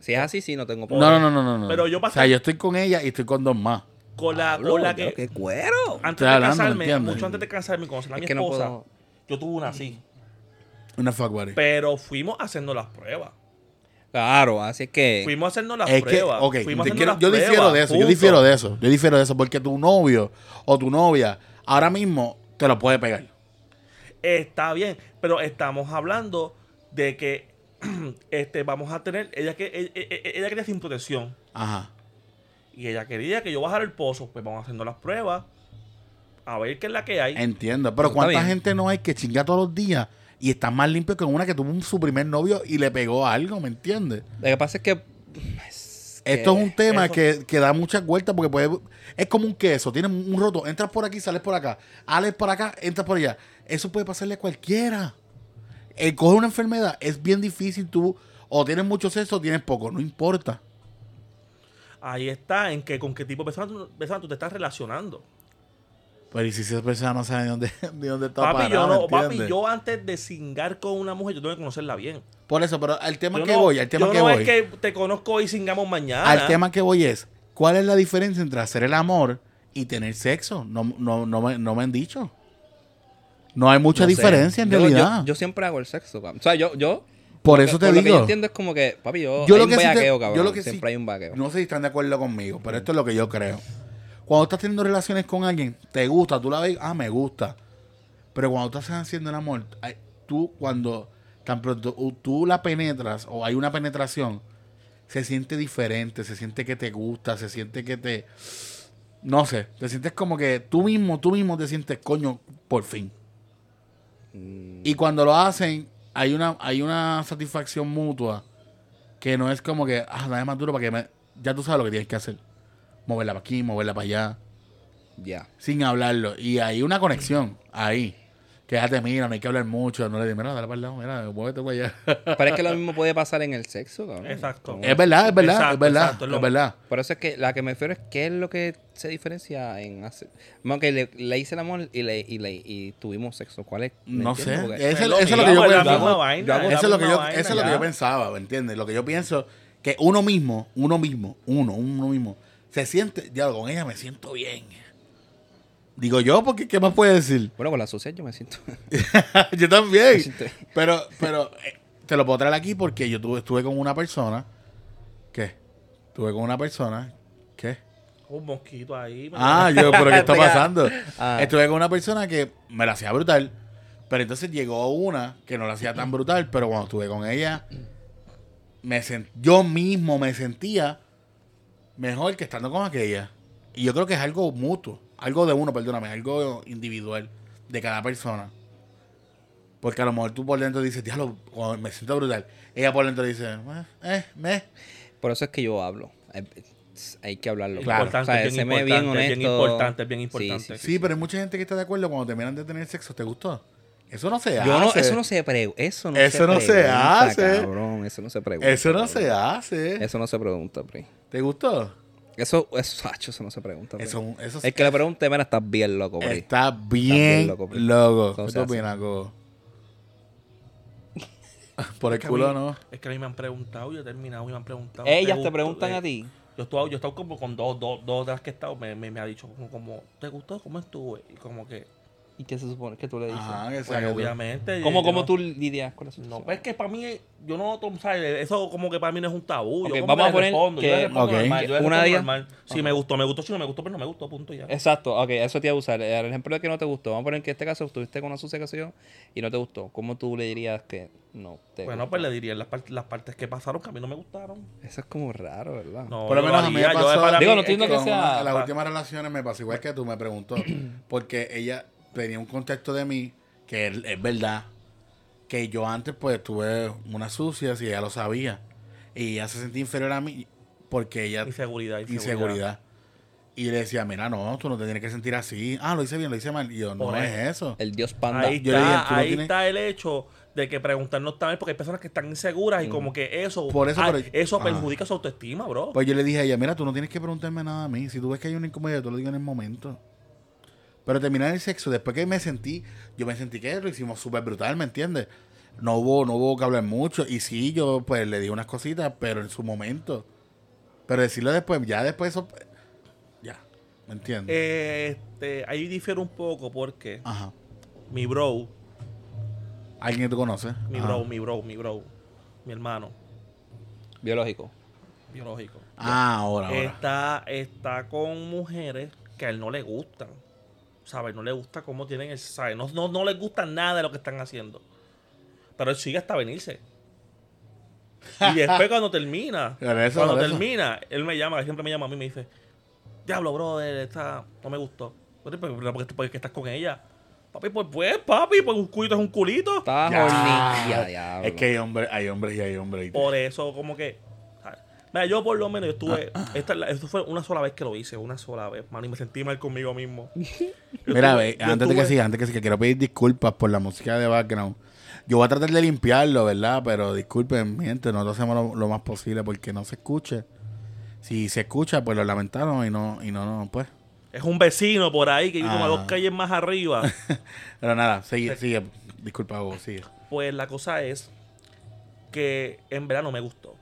Si es así, sí, no tengo
No, no, no, no, no, no.
Pero yo
O sea,
pasé-
yo estoy con ella y estoy con dos más.
Con la,
Pablo,
con la
yo,
que.
¡Qué cuero!
Antes
Estoy hablando,
de casarme,
¿entiendes?
mucho antes de casarme, conocer a
Es
mi
que no
esposa,
puedo-
yo tuve una así.
Una fuck buddy.
Pero fuimos haciendo las pruebas.
Claro, así es que...
Fuimos haciendo las
Es que,
pruebas.
ok,
fuimos
te
haciendo
quiero-
las
yo difiero
pruebas,
de eso, yo
punto.
difiero de eso, yo difiero de eso, porque tu novio o tu novia ahora mismo te lo puede pegar.
Está bien, pero estamos hablando de que este, vamos a tener. Ella, que, e- e- e- ella, quería sin protección.
Ajá.
Y ella quería que yo bajara el pozo. Pues vamos haciendo las pruebas. A ver qué es la que hay.
Entiendo, pero
Está
¿cuánta
bien.
gente no hay que chinga todos los días y está más limpio que una que tuvo un- su primer novio y le pegó algo, ¿me entiendes?
Lo que pasa es que... es que-
Esto es un tema
Eh, eso-
que, que da muchas vueltas porque puede, es como un queso, tiene un roto, entras por aquí, sales por acá, sales por acá, entras por allá. Eso puede pasarle a cualquiera. El coger una enfermedad es bien difícil, tú o tienes mucho sexo o tienes poco, no importa.
Ahí está, en que con qué tipo de persona tú, persona tú te estás relacionando.
Pero Pues, y si esa persona no sabe de dónde, de dónde está
Papi,
parada,
yo no,
¿me
papi,
entiendes?
yo antes de cingar con una mujer, yo tengo que conocerla bien.
Por eso, pero al tema
Yo
que
no-
voy, al tema
yo
que
no
voy.
es que te conozco y cingamos mañana.
Al tema que voy es, ¿cuál es la diferencia entre hacer el amor y tener sexo? No, no, no, me, no me han dicho. No hay mucha
no sé.
diferencia en
Yo-
realidad.
Yo, yo siempre hago el sexo, cabrón. O sea, yo... yo
Por
lo
eso
que-
te
Lo que yo
digo.
entiendo es como que, papi, yo...
Yo
hay
lo
un
que sí te-
vaqueo,
yo
cabrón.
lo que sí-
siempre hay un vaqueo.
No sé si están de acuerdo conmigo, pero esto es lo que yo creo. Cuando estás teniendo relaciones con alguien, te gusta, tú la ves, ah, me gusta. Pero cuando estás haciendo el amor, ay, tú cuando tan pronto u- tú la penetras o hay una penetración, se siente diferente, se siente que te gusta, se siente que te... No sé, te sientes como que tú mismo, tú mismo te sientes coño, por fin.
Mm.
Y cuando lo hacen, hay una, hay una satisfacción mutua que no es como que, ah, dame más duro para que me... Ya tú sabes lo que tienes que hacer. Moverla para aquí, moverla para allá,
Ya.
sin hablarlo. Y hay una conexión ahí. Que ya te mira, no hay que hablar mucho, no le digas, mira, dale para el lado, mira, muévete para allá.
Pero es que lo mismo puede pasar en el sexo, cabrón.
Exacto.
Como-
es verdad, es verdad, es
Exacto,
verdad,
exacto, es lo-
es verdad.
Por eso es que la que me refiero es qué es lo que se diferencia en hacer. Bueno, que le, le hice el amor y le, y le y tuvimos sexo. ¿Cuál es? ¿Me
No
entiendes?
sé,
Porque-
es- eso-
lo
eso es lo que
mismo,
yo
es la
pienso.
misma
Yo
vaina,
hago-
es la
Eso es lo que
misma
yo,
vaina,
eso es lo que
ya.
yo pensaba, ¿me entiendes? Lo que yo pienso, que uno mismo, uno mismo, uno, uno mismo, se siente, ya con ella me siento bien. Digo yo, porque ¿qué más puede decir?
Bueno, con la sucia yo me siento.
yo también.
siento-
Pero, pero, eh, te lo puedo traer aquí porque yo tuve- estuve con una persona. ¿Qué? Estuve con una persona. ¿Qué?
Un mosquito ahí.
Ah, yo, pero ¿qué está pasando?
Ah.
Estuve con una persona que me la hacía brutal. Pero entonces llegó una que no la hacía tan brutal. Pero cuando estuve con ella, me sen- yo mismo me sentía mejor que estando con aquella. Y yo creo que es algo mutuo. Algo de uno, perdóname. Algo individual de cada persona. Porque a lo mejor tú por dentro dices, diablo, oh, me siento brutal. Ella por dentro dice, eh, me.
Por eso es que yo hablo. Hay, hay que hablarlo.
Claro.
Importante,
O sea,
bien
se me bien
importante,
honesto.
bien importante, bien
Sí,
importante.
sí, sí.
Sí, pero hay mucha gente que está de acuerdo cuando terminan de tener sexo. ¿Te gustó? Eso no se hace.
Yo no, eso no se pre, eso no
Eso
se
no se
pregunta,
hace.
cabrón, eso no se pregunta.
Eso no se
cabrón.
hace.
Eso no se pregunta, Pri.
¿Te gustó?
Eso, eso, sacho, eso no se pregunta. Pri.
Eso, eso
El que le pregunte, mira, estás bien loco, Pri.
está bien
loco, pero-
loco.
No
¿Qué
se
te
hace.
opinas, Coco? Por el
que a
culo,
mí-
¿no?
Es que a mí me han preguntado, yo he terminado y me han preguntado.
Ellas te
gustó?
preguntan
Eh,
a ti.
Yo he estado, yo he estado como con dos, dos, dos de las que he estado, me, me, me ha dicho como, como, ¿te gustó? ¿Cómo estuve? Y como que,
¿Y qué se supone que tú le dices?
Ajá, que
pues,
sea que tú-
obviamente.
¿Cómo,
yo
cómo
eh, no-
tú lidias con la situación?
No, pues es que para mí, yo no, tú sabes, eso como que para mí no es un tabú.
Ok,
yo como
vamos
que
a poner
respondo, yo
que-
le respondo
Ok.
normal, yo le
Una Este.
respondo
de ellas-
normal. Si
Ajá.
me gustó, me gustó, si no me gustó, pues no me gustó, punto y ya.
Exacto, ok, eso te iba a usar. El ejemplo de que no te gustó. Vamos a poner que en este caso estuviste con una sucia que soy yo y no te gustó. ¿Cómo tú le dirías que no te
Bueno,
gustó?
pues le diría las, par- las partes que pasaron que a mí no me gustaron.
Eso es como raro, ¿verdad?
No,
Por lo
yo
menos a mí me
haría, yo
pasó-
para
Digo,
mí
no
es
tiene que
con
sea-
una- en las
pa-
últimas relaciones me pasó igual que tú, me preguntó. Porque ella tenía un contexto de mí que es, es verdad. Que yo antes, pues, tuve unas sucias y ella lo sabía. Y ella se sentía inferior a mí porque ella.
Inseguridad, inseguridad.
Inseguridad. Y le decía, mira, no, tú no te tienes que sentir así. Ah, lo hice bien, lo hice mal. Y yo, no
Por
es
ahí.
eso.
El dios panda.
Ahí
Yo le dije,
está,
tú no
ahí
tienes-
está el hecho de que preguntarnos también, porque hay personas que están inseguras y como que eso,
Por eso,
ay,
pero-
eso
Ajá.
perjudica su autoestima, bro.
Pues yo le dije a ella, mira, tú no tienes que preguntarme nada a mí. Si tú ves que hay una incomodidad, tú lo digo en el momento. Pero terminar el sexo, después que me sentí, yo me sentí que lo hicimos súper brutal, ¿me entiendes? No hubo, no hubo que hablar mucho. Y sí, yo pues le dije unas cositas, pero en su momento. Pero decirlo después, ya después eso... Ya, ¿me entiendes?
Eh, este, ahí difiere un poco porque
Ajá.
mi bro,
¿Alguien que tú conoces?
mi
Ajá.
bro, mi bro, mi bro, mi hermano
Biológico.
biológico,
Ah, ahora, ahora.
está, está con mujeres que a él no le gustan. ¿Sabes? No le gusta cómo tienen el. ¿Sabes? No, no, no les gusta nada de lo que están haciendo. Pero él sigue hasta venirse. Y después cuando termina,
Por eso,
cuando
por eso.
termina, él me llama, siempre me llama a mí y me dice, diablo, brother, esta no me gustó. Pero, pero, pero, ¿Por qué por qué estás con ella? Papi, pues, pues, papi, pues un culito es un culito.
Está
Ya.
horny. Ya, diablo.
Es que hay hombres, hay hombres y hay hombres.
Por eso, como que. ¿sabes? Mira, yo por lo menos yo estuve.
Ah,
Esta, es la- esto fue una sola vez que lo hice, una sola vez, mano, y me sentí mal conmigo mismo. Yo
Mira,
estuve-
ve,
yo
antes de que
estuve-
siga, antes de que siga, quiero pedir disculpas por la música de background. Yo voy a tratar de limpiarlo, ¿verdad? Pero disculpen, mi gente, nosotros hacemos lo, lo más posible porque no se escuche. Si se escucha, pues lo lamentaron y no, y no, no, pues.
Es un vecino por ahí que vive como a dos
Ah.
calles más arriba.
Pero nada, sigue, sigue. Disculpa, Hugo, sigue.
Pues la cosa es que en verdad no me gustó.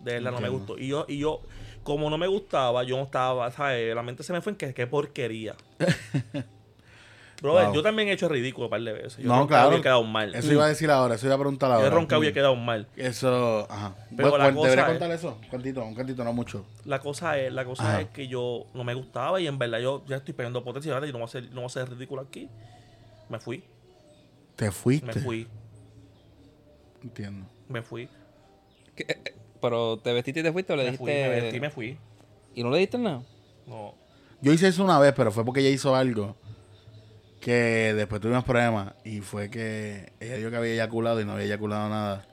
De verdad no me
Entiendo.
gustó. Y yo, y yo, como no me gustaba, yo no estaba, ¿sabes? La mente se me fue en que qué porquería. Brother,
Wow.
yo también he hecho el ridículo un par de veces. Yo
No,
he roncado
claro.
Y he quedado mal.
Eso iba a decir ahora, eso iba a preguntar
Yo
ahora.
he roncado y he quedado mal.
Eso, ajá.
Pero
Bueno,
la
cu-
cosa
debería
es-
contar eso, un cantito, un cantito, no mucho.
La cosa es, la cosa
Ajá.
es que yo no me gustaba y en verdad yo ya estoy perdiendo potencia ¿verdad? y no voy a ser, no voy a ser ridículo aquí. Me fui,
Te fuiste.
me fui,
Entiendo.
me fui,
¿Qué? Eh, eh, Pero te vestiste y te fuiste o le
me
dijiste.
fui, me vestí, me fui.
Y no le diste nada.
No.
Yo hice eso una vez, pero fue porque ella hizo algo que después tuvimos problemas y fue que ella dijo que había eyaculado y no había eyaculado nada.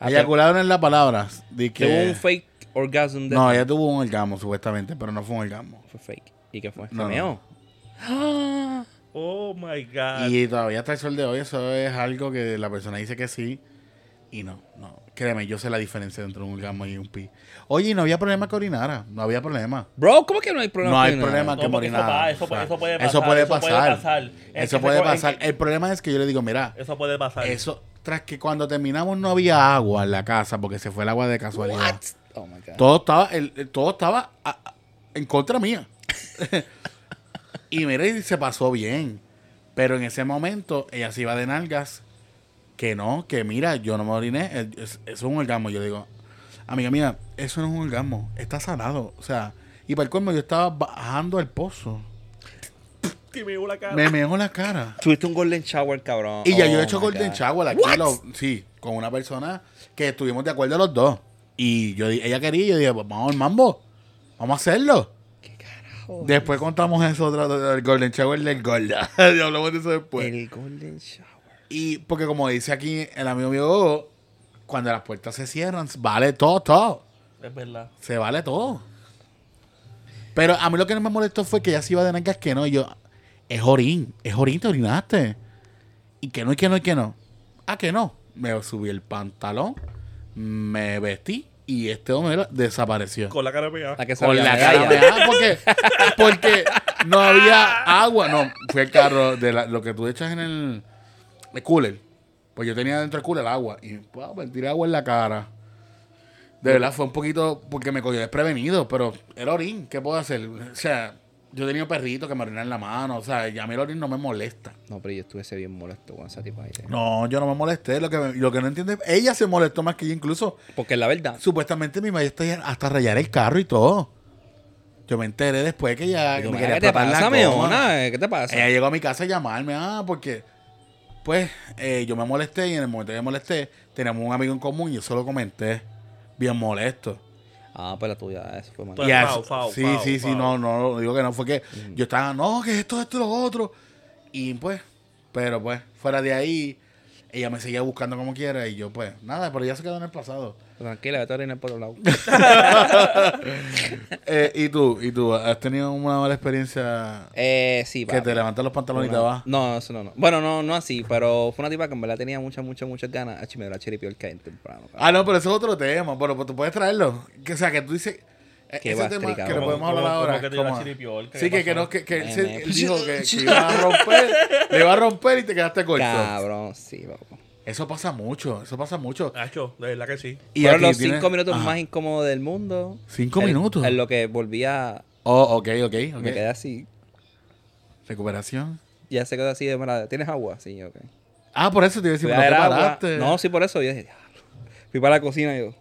Ah,
eyaculado no es la palabra. di que-
Tuvo un fake orgasm de
No, ella tuvo un orgasmo, supuestamente, pero no fue un orgasmo.
Fue fake. ¿Y qué fue? ¡Ah!
No, no.
¿Femeo?
Oh my
Ah,
God.
Y todavía hasta el sol de hoy eso es algo que la persona dice que sí y no, no. Créeme, yo sé la diferencia entre un orgasmo y un pi. Oye, y no había problema que orinara, no había problema.
Bro, ¿cómo que no hay problema?
No hay
con nada?
problema
No,
que
porque eso
morinada.
pa- eso
O sea,
pa- eso puede
Eso
pasar,
puede
eso puede pasar.
pasar.
Es
Eso
que
puede
se co-
pasar.
es que-
El problema es que yo le digo, mira,
Eso puede pasar.
Eso, tras que cuando terminamos no había agua en la casa porque se fue el agua de casualidad.
What? Oh my God.
Todo estaba, el, el- todo estaba a- a- en contra mía. y mira, y se pasó bien. Pero en ese momento ella se iba de nalgas. Que no, que mira, yo no me oriné. el- es- Eso es un orgasmo. Yo le digo, amiga mía, eso no es un orgasmo. Está sanado. O sea, y para el colmo yo estaba bajando al pozo.
Que me dio la cara.
Me mejó la cara.
Tuviste un golden shower, cabrón.
Y ya yo
Oh
he hecho
my
Golden
God.
Shower aquí,
What?
lo- sí, con una persona que estuvimos de acuerdo los dos. Y yo di- ella quería, y yo dije, pues vamos al mambo, vamos a hacerlo.
¿Qué carajo?
Después contamos eso otro, del Golden Shower del Gorda. Y hablamos de eso después.
El golden shower.
Y porque como dice aquí el amigo mío, Gogo, cuando las puertas se cierran, vale todo, todo.
Es verdad.
Se vale todo. Pero a mí lo que no me molestó fue que ella se iba de nalgas que no. Y yo, es orín, es orín, te orinaste. Y que no, y que no, y que no. Ah, que no. Me subí el pantalón, me vestí y este hombre era- desapareció.
Con la cara pegada.
La que
Con
sabía
la
medalla.
cara pegada, Ah, porque, porque no había agua. No, fue el carro de la- lo que tú echas en el, el cooler. Pues yo tenía dentro del cooler agua. Y wow, me tiré agua en la cara. De verdad, fue un poquito porque me cogió desprevenido, pero el orín, ¿qué puedo hacer? O sea, yo he tenido perritos que me orinan en la mano. O sea, y a mí el orín no me molesta.
No, pero yo estuviese bien molesto con esa tipa ahí. eh.
No, yo no me molesté. Lo que, me- lo que no entiendo es, ella se molestó más que yo incluso.
Porque la verdad,
Supuestamente mi maestra iba hasta rayar el carro y todo. Yo me enteré después que ya
digo,
me
"Mira,
quería
¿qué te
explotar la
pasa,
goma.
meona? Eh, ¿Qué te
Ella
pasa?
llegó a mi casa a llamarme, ah, porque pues eh, yo me molesté y en el momento que me molesté, teníamos un amigo en común y yo solo comenté, bien molesto.
Ah, pues la tuya, eso fue mal.
Pues,
Y
fao,
as-
fao,
sí,
fao,
sí, sí,
fao.
no, no, no digo que no, fue que yo estaba, no, que esto, esto, lo otro. Y pues, pero pues, fuera de ahí, ella me seguía buscando como quiera y yo pues, nada, pero ya se quedó en el pasado.
Tranquila, vete a orinar por otro lado.
Eh, ¿Y tú? ¿Y tú? ¿Has tenido una mala experiencia
Eh, sí,
que te
papi.
levantas los pantalones y te
Una-
vas?
No, eso no, no. Bueno, no, no así, pero fue una tipa que en verdad tenía muchas, muchas, muchas ganas. Achi, me la chiripió el caer temprano. cabrón.
Ah, no, pero eso es otro tema. Pero pues, tú puedes traerlo. Que, o sea, que tú dices. eh,
Qué
ese
bastri,
tema que
cabrón.
lo podemos hablar
Como- como
ahora.
que te dio la
¿cómo?
chiripiorca,
sí,
¿qué
que, que
pasó?
no, que, que él,
Eh,
se-
me-
él dijo que, que iba a romper, le iba a romper y te quedaste corto.
Cabrón, sí, papá.
Eso pasa mucho, eso pasa mucho.
Hacho, de verdad que sí.
Y
Fueron
aquí
los
tiene-
cinco minutos
Ajá.
más incómodos del mundo.
¿Cinco
En-
minutos?
En lo que volvía,
Oh, ok, ok, ok.
me quedé así.
Recuperación.
Ya se quedó así de mira, ¿Tienes agua? Sí, ok.
Ah, por eso te iba a decir,
Fui
pero no
a
te
dar agua.
paraste.
No, sí, por eso. Yo dije, "Diablo". fui para la cocina y yo.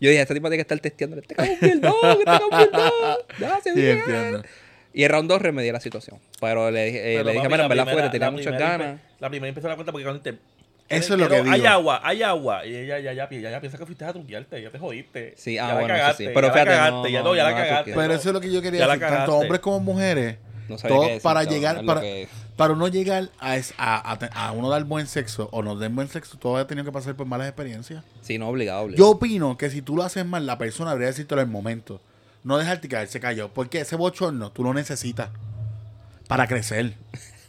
Yo dije, esta tipa tiene que estar testeando. Este cabrón pierdón, este cabrón pierdón. Ya se
Sí,
bien.
entiendo.
Y el round 2 remedié la situación. Pero le dije, eh,
Pero,
le dije
papi,
mira,
la
en verdad
primera-
fuera, tenía
la
muchas
primera impe-
ganas.
La primera empezó a dar cuenta porque cuando te.
Eso es lo que
Pero Hay
digo.
agua, hay agua. Y ella ya, ya, pi- ya, ya piensa que fuiste a truquearte, ya te jodiste.
Sí,
ya
ah,
la
bueno, eso
cagaste,
sí. Pero
ya
fíjate,
la
no,
cagaste, ya,
no,
no, ya
no
la
la
cagaste.
truqueé.
Pero eso es lo que yo quería
Ya la
decir, tanto
cagaste.
hombres como mujeres.
No sabía
todo
qué decir,
para
cabrón,
llegar,
es
para,
lo que-
para uno llegar a, es- a, a te- a uno dar buen sexo o no dar buen sexo, todo ha tenido que pasar por malas experiencias.
Sí, no, obligado, obligado.
Yo opino que si tú lo haces mal, la persona debería decírtelo en el momento. No dejarte caer, se cayó. Porque ese bochorno tú lo necesitas para crecer.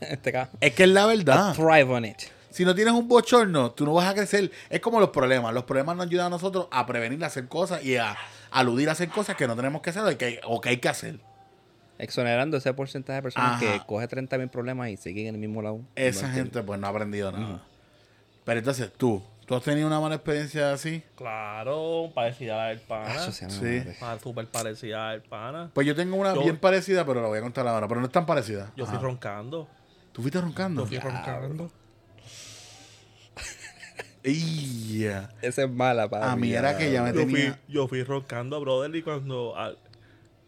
este cabrón.
Es que es la verdad.
Thrive on it.
Si no tienes un bochorno, tú no vas a crecer. Es como los problemas. Los problemas nos ayudan a nosotros a prevenir a hacer cosas y a aludir a hacer cosas que no tenemos que hacer o que, o que hay que hacer.
Exonerando ese porcentaje de personas
Ajá.
que coge 30 mil problemas y siguen en el mismo lado.
Esa
No entiendo.
gente pues no ha aprendido nada. Pero entonces tú, ¿tú has tenido una mala experiencia así?
Claro, parecida a la del pana.
Ah, eso sea,
Sí.
madre.
Pa- Súper parecida a la del pana.
Pues yo tengo una
Yo-
bien parecida, pero la voy a contar ahora. Pero no es tan parecida.
Yo fui
Ajá.
roncando.
¿Tú fuiste roncando?
Yo fui roncando.
Ia.
Esa es mala, para
A mí era que ya me
Yo fui,
tenía...
yo fui roncando, brother, y cuando al-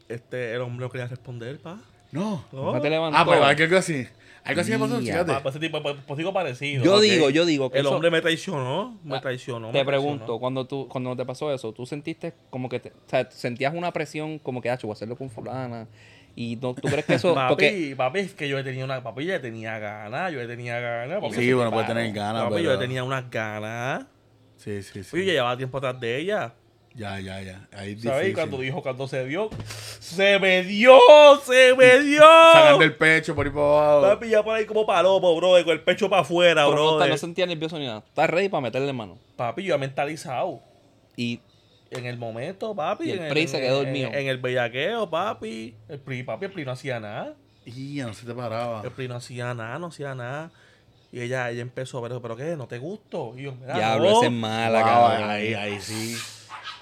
este, el hombre no quería responder, pa.
No.
No.
te levantó.
Ah, pues algo así. Algo así me pasó,
Ia.
fíjate.
Pa, pues, ese tipo, pues, pues, digo parecido.
Yo
Ok.
digo, yo digo que
El
eso- Ah,
hombre me traicionó, me traicionó.
Te
me traicionó.
pregunto, cuando tú cuando te pasó eso, tú sentiste como que te- o sea, sentías una presión como que, ah, yo voy a hacerlo con fulana y no, tú crees que eso
Papi,
porque
papi, es que yo tenía una. Papi, yo tenía ganas, yo tenía ganas. papi,
Sí,
eso-
bueno, puede tener ganas,
papi,
pero...
pues yo tenía unas ganas.
Sí, sí, sí.
Oye, yo llevaba tiempo atrás de ella.
Ya, ya, ya. Ahí es
¿Sabes? Y
difícil.
cuando dijo, cuando se dio, se me dio, se me dio.
Sacando el pecho por ahí por abajo.
Papi, ya por ahí como palomo, bro, con el pecho para afuera,
pero no,
bro.
estás- no sentías nervioso ni nada. Estás ready para meterle mano.
Papi, yo ya mentalizado.
Y
En el momento, papi.
Y el
en
PRI se quedó
en-
dormido.
En, el bellaqueo, papi. El PRI, papi, el PRI no hacía nada.
Ia, no se te
Ah.
paraba.
El PRI no hacía nada, no hacía nada. Y ella, ella empezó, pero, pero qué, no te gusto. Y yo, mira,
diablo,
no.
esa es mala,
oh, Wow,
cabrón.
ahí, ahí sí.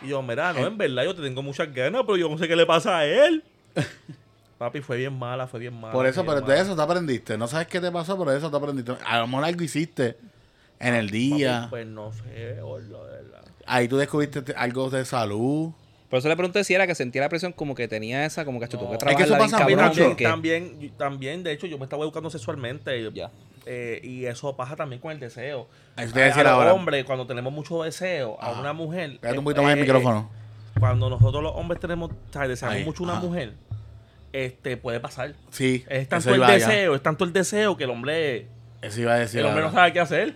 Y yo, mira,
Eh.
no, en verdad, yo te tengo muchas ganas, pero yo no sé qué le pasa a él. papi, fue bien mala, fue bien mala.
Por eso,
fue
pero
bien
de
mala.
eso te aprendiste. No sabes qué te pasó, pero de eso te aprendiste. A lo mejor algo hiciste en el
Papi,
día.
Pues no sé, gordo, de verdad.
Ahí tú descubriste te- algo de salud.
Por eso le pregunté si era que sentía la presión como que tenía esa, como que "Acho, tengo que
No.
Es que eso
trabajarla bien,
pasa
cabrón,
mucho.
porque-
También, también, también, de hecho, yo me estaba educando sexualmente.
Ya.
Eh, y eso pasa también con el deseo.
Eso te iba a decir
los
ahora.
hombres, cuando tenemos mucho deseo,
Ajá.
a una mujer.
Pégate un
eh,
poquito más el
eh,
micrófono.
eh, Cuando nosotros los hombres tenemos, o sea, deseamos
Ahí,
mucho una
ajá.
mujer, este puede pasar.
Sí.
Es
eso
tanto el
iba allá.
deseo, es tanto el deseo que el hombre
Eso iba a decir.
el hombre no
ahora.
sabe qué hacer.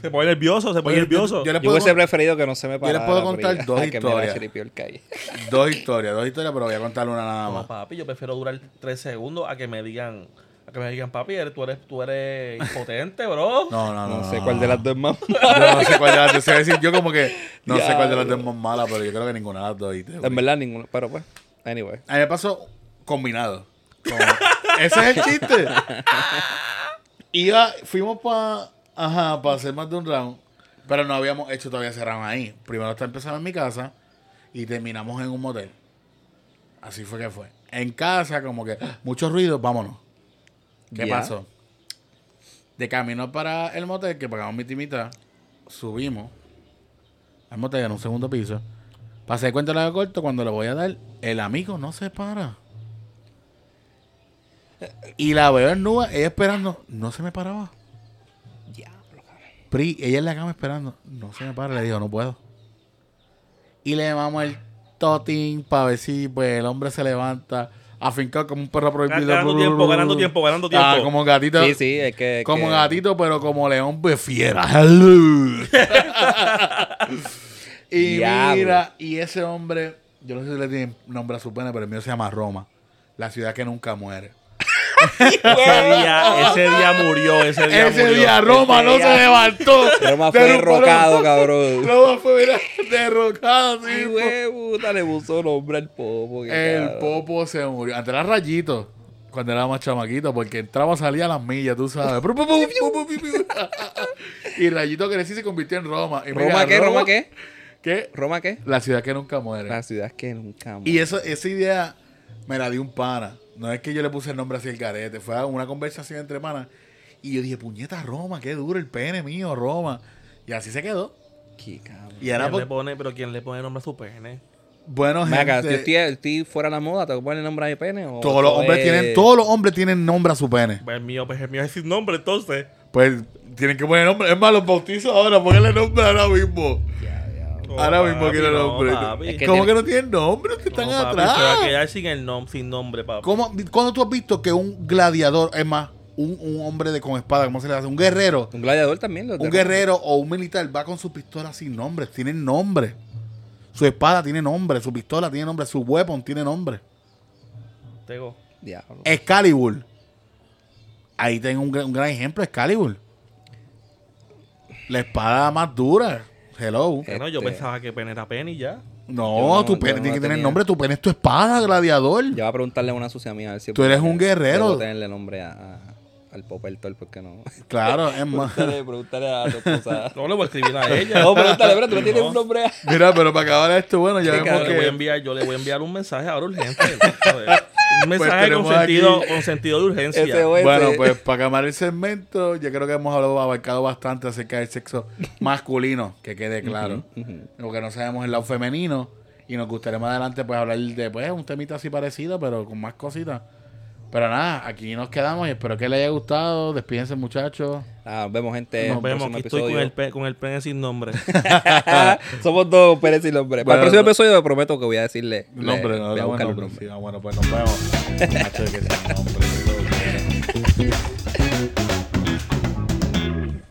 Se pone nervioso, se pone
Oye, yo-
nervioso.
yo le
Yo
puedo
hubiese
con-
preferido que no se me
les
parara.
puedo
la
contar
brilla,
dos
que me la
historias.
chiripió el calle.
Dos historias, dos historias, pero voy a contar una nada
No,
más.
papi, yo prefiero durar tres segundos a que me digan, a que me digan, papi, eres- tú eres, tú eres impotente, bro.
No, no, no.
No sé cuál de las dos es más.
Yo no sé cuál de las dos. Se va a decir, yo como que no sé cuál de las dos es
Diablo.
más mala, pero yo creo que ninguna de las dos. ¿viste?
En verdad, ninguno. Pero pues, anyway.
A mí me pasó combinado. Como- Ese es el chiste. Iba, fuimos para ajá, para hacer más de un round, pero no habíamos hecho todavía ese round ahí. Primero está empezando en mi casa y terminamos en un motel. Así fue que fue. En casa, como que mucho ruido, vámonos. ¿Qué
Ya.
pasó? De camino para el motel, que pagamos mi timita, subimos al motel en un segundo piso. Pasé el cuento largo corto, cuando le voy a dar, el amigo no se para. Y la veo en nube, ella esperando, no se me paraba.
Diablo, cabrón.
Pri, ella en la cama esperando, no se me para, le digo, no puedo. Y le llamamos el totín para ver si pues, el hombre se levanta, afincado como un perro prohibido.
Ganando tiempo, ganando tiempo, ganando tiempo.
Ah, como gatito.
Sí, sí, es que.
Como
que-
gatito, pero como león de fiera. y
Diablo.
mira, y ese hombre, yo no sé si le tiene nombre a su pena, pero el mío se llama Roma, la ciudad que nunca muere.
Ese día, ese día murió, ese día
Ese
murió.
día Roma
Ese
no
día-
se levantó.
Roma fue
Derrumbó-
derrocado, cabrón.
Roma fue mira, derrocado. sí,
Ay,
po.
güey, puta, le puso nombre al popo. qué
El
cabrón.
popo se murió. Antes era rayito. Cuando era más chamaquito, porque entraba, salía a las millas, tú sabes. Pru, pu, pu, pu, pu, pu, pu. y Rayito creció y se convirtió en Roma. Y mira,
¿Roma qué? ¿Roma qué?
que
¿Roma qué?
la ciudad que nunca muere.
La ciudad que nunca
Y eso, esa idea me la dio un pana. No es que yo le puse el nombre así el carete. Fue una conversación entre panas. Y yo dije, puñeta, Roma, qué duro el pene mío, Roma. Y así se quedó.
Aquí, cabrón.
Y ahora,
¿Quién le
por,
pone, pero quién le pone nombre a su pene?
bueno,
Ven acá, si
Oh, gente,
estoy, estoy fuera de la moda, ¿te voy a poner el nombre a mi pene? o
todos los
eso
hombres
es-
tienen, todos los hombres tienen nombre a su pene.
Pues el mío, pues el mío es sin nombre, entonces.
Pues tienen que poner nombre. Es más, los bautizos ahora, póngale nombre ahora mismo.
Ya, ya.
No,
ahora mismo
Oh, papi,
quiero
no,
nombre.
papi.
Es que
¿Cómo
tiene-
que no tienen nombre? Los que
No,
están
papi, Se va a
atrás.
quedar sin, el nom sin nombre, papi.
¿Cómo, ¿Cuándo tú has visto que un gladiador, es más, un, un hombre de con espada, ¿cómo se le hace? Un guerrero.
Un gladiador también. los
Un
de-
guerrero o un militar va con su pistola sin nombre. Tienen nombre. Su espada tiene nombre, su pistola tiene nombre, su weapon tiene nombre.
Tego.
Diablo.
Excalibur. Ahí tengo un, gran- un gran ejemplo, Excalibur. La espada más dura. Hello.
Eh,
Bueno, yo
Este-
pensaba que pene era pene y ya.
No,
no-
tu
yo
pene
no
tiene que tener
la tenía.
nombre, tu pene es tu espada, gladiador.
Yo voy a preguntarle a una sucia mía a ver si.
Tú eres un guerrero.
Debo tenerle nombre a, a- al Popeltor, porque no.
Claro, es más.
Pregúntale, pregúntale a tu esposa.
No le voy a escribir a ella.
No, pregúntale, pero tú le tienes
No.
un nombre a.
Mira, pero para acabar esto, bueno, ya
Sí,
vemos
cabrón,
Yo le voy a
que.
enviar, yo le voy a enviar un mensaje ahora urgente. joder. Un mensaje con
Pues tenemos
sentido,
aquí-
con sentido de urgencia.
Ese güey.
Bueno, pues para acabar el segmento, yo creo que hemos hablado, abarcado bastante acerca del sexo masculino, que quede claro. Porque no sabemos el lado femenino. Y nos gustaría más adelante pues hablar de pues, un temita así parecido, pero con más cositas. Pero nada, aquí nos quedamos y espero que les haya gustado. Despídense, muchachos.
Ah, nos vemos, gente. en
Nos
el
vemos,
próximo
aquí estoy con
episodio.
el, pe- con el pene sin nombre.
Somos dos Pérez y nombre.
Bueno,
Para el próximo
no-
episodio, prometo que voy a decirle. le-
Nombre, no,
voy a
no,
buscarle un
nombre. Sí,
nombre.
ah, bueno, pues nos vemos. Macho, que sea nombre.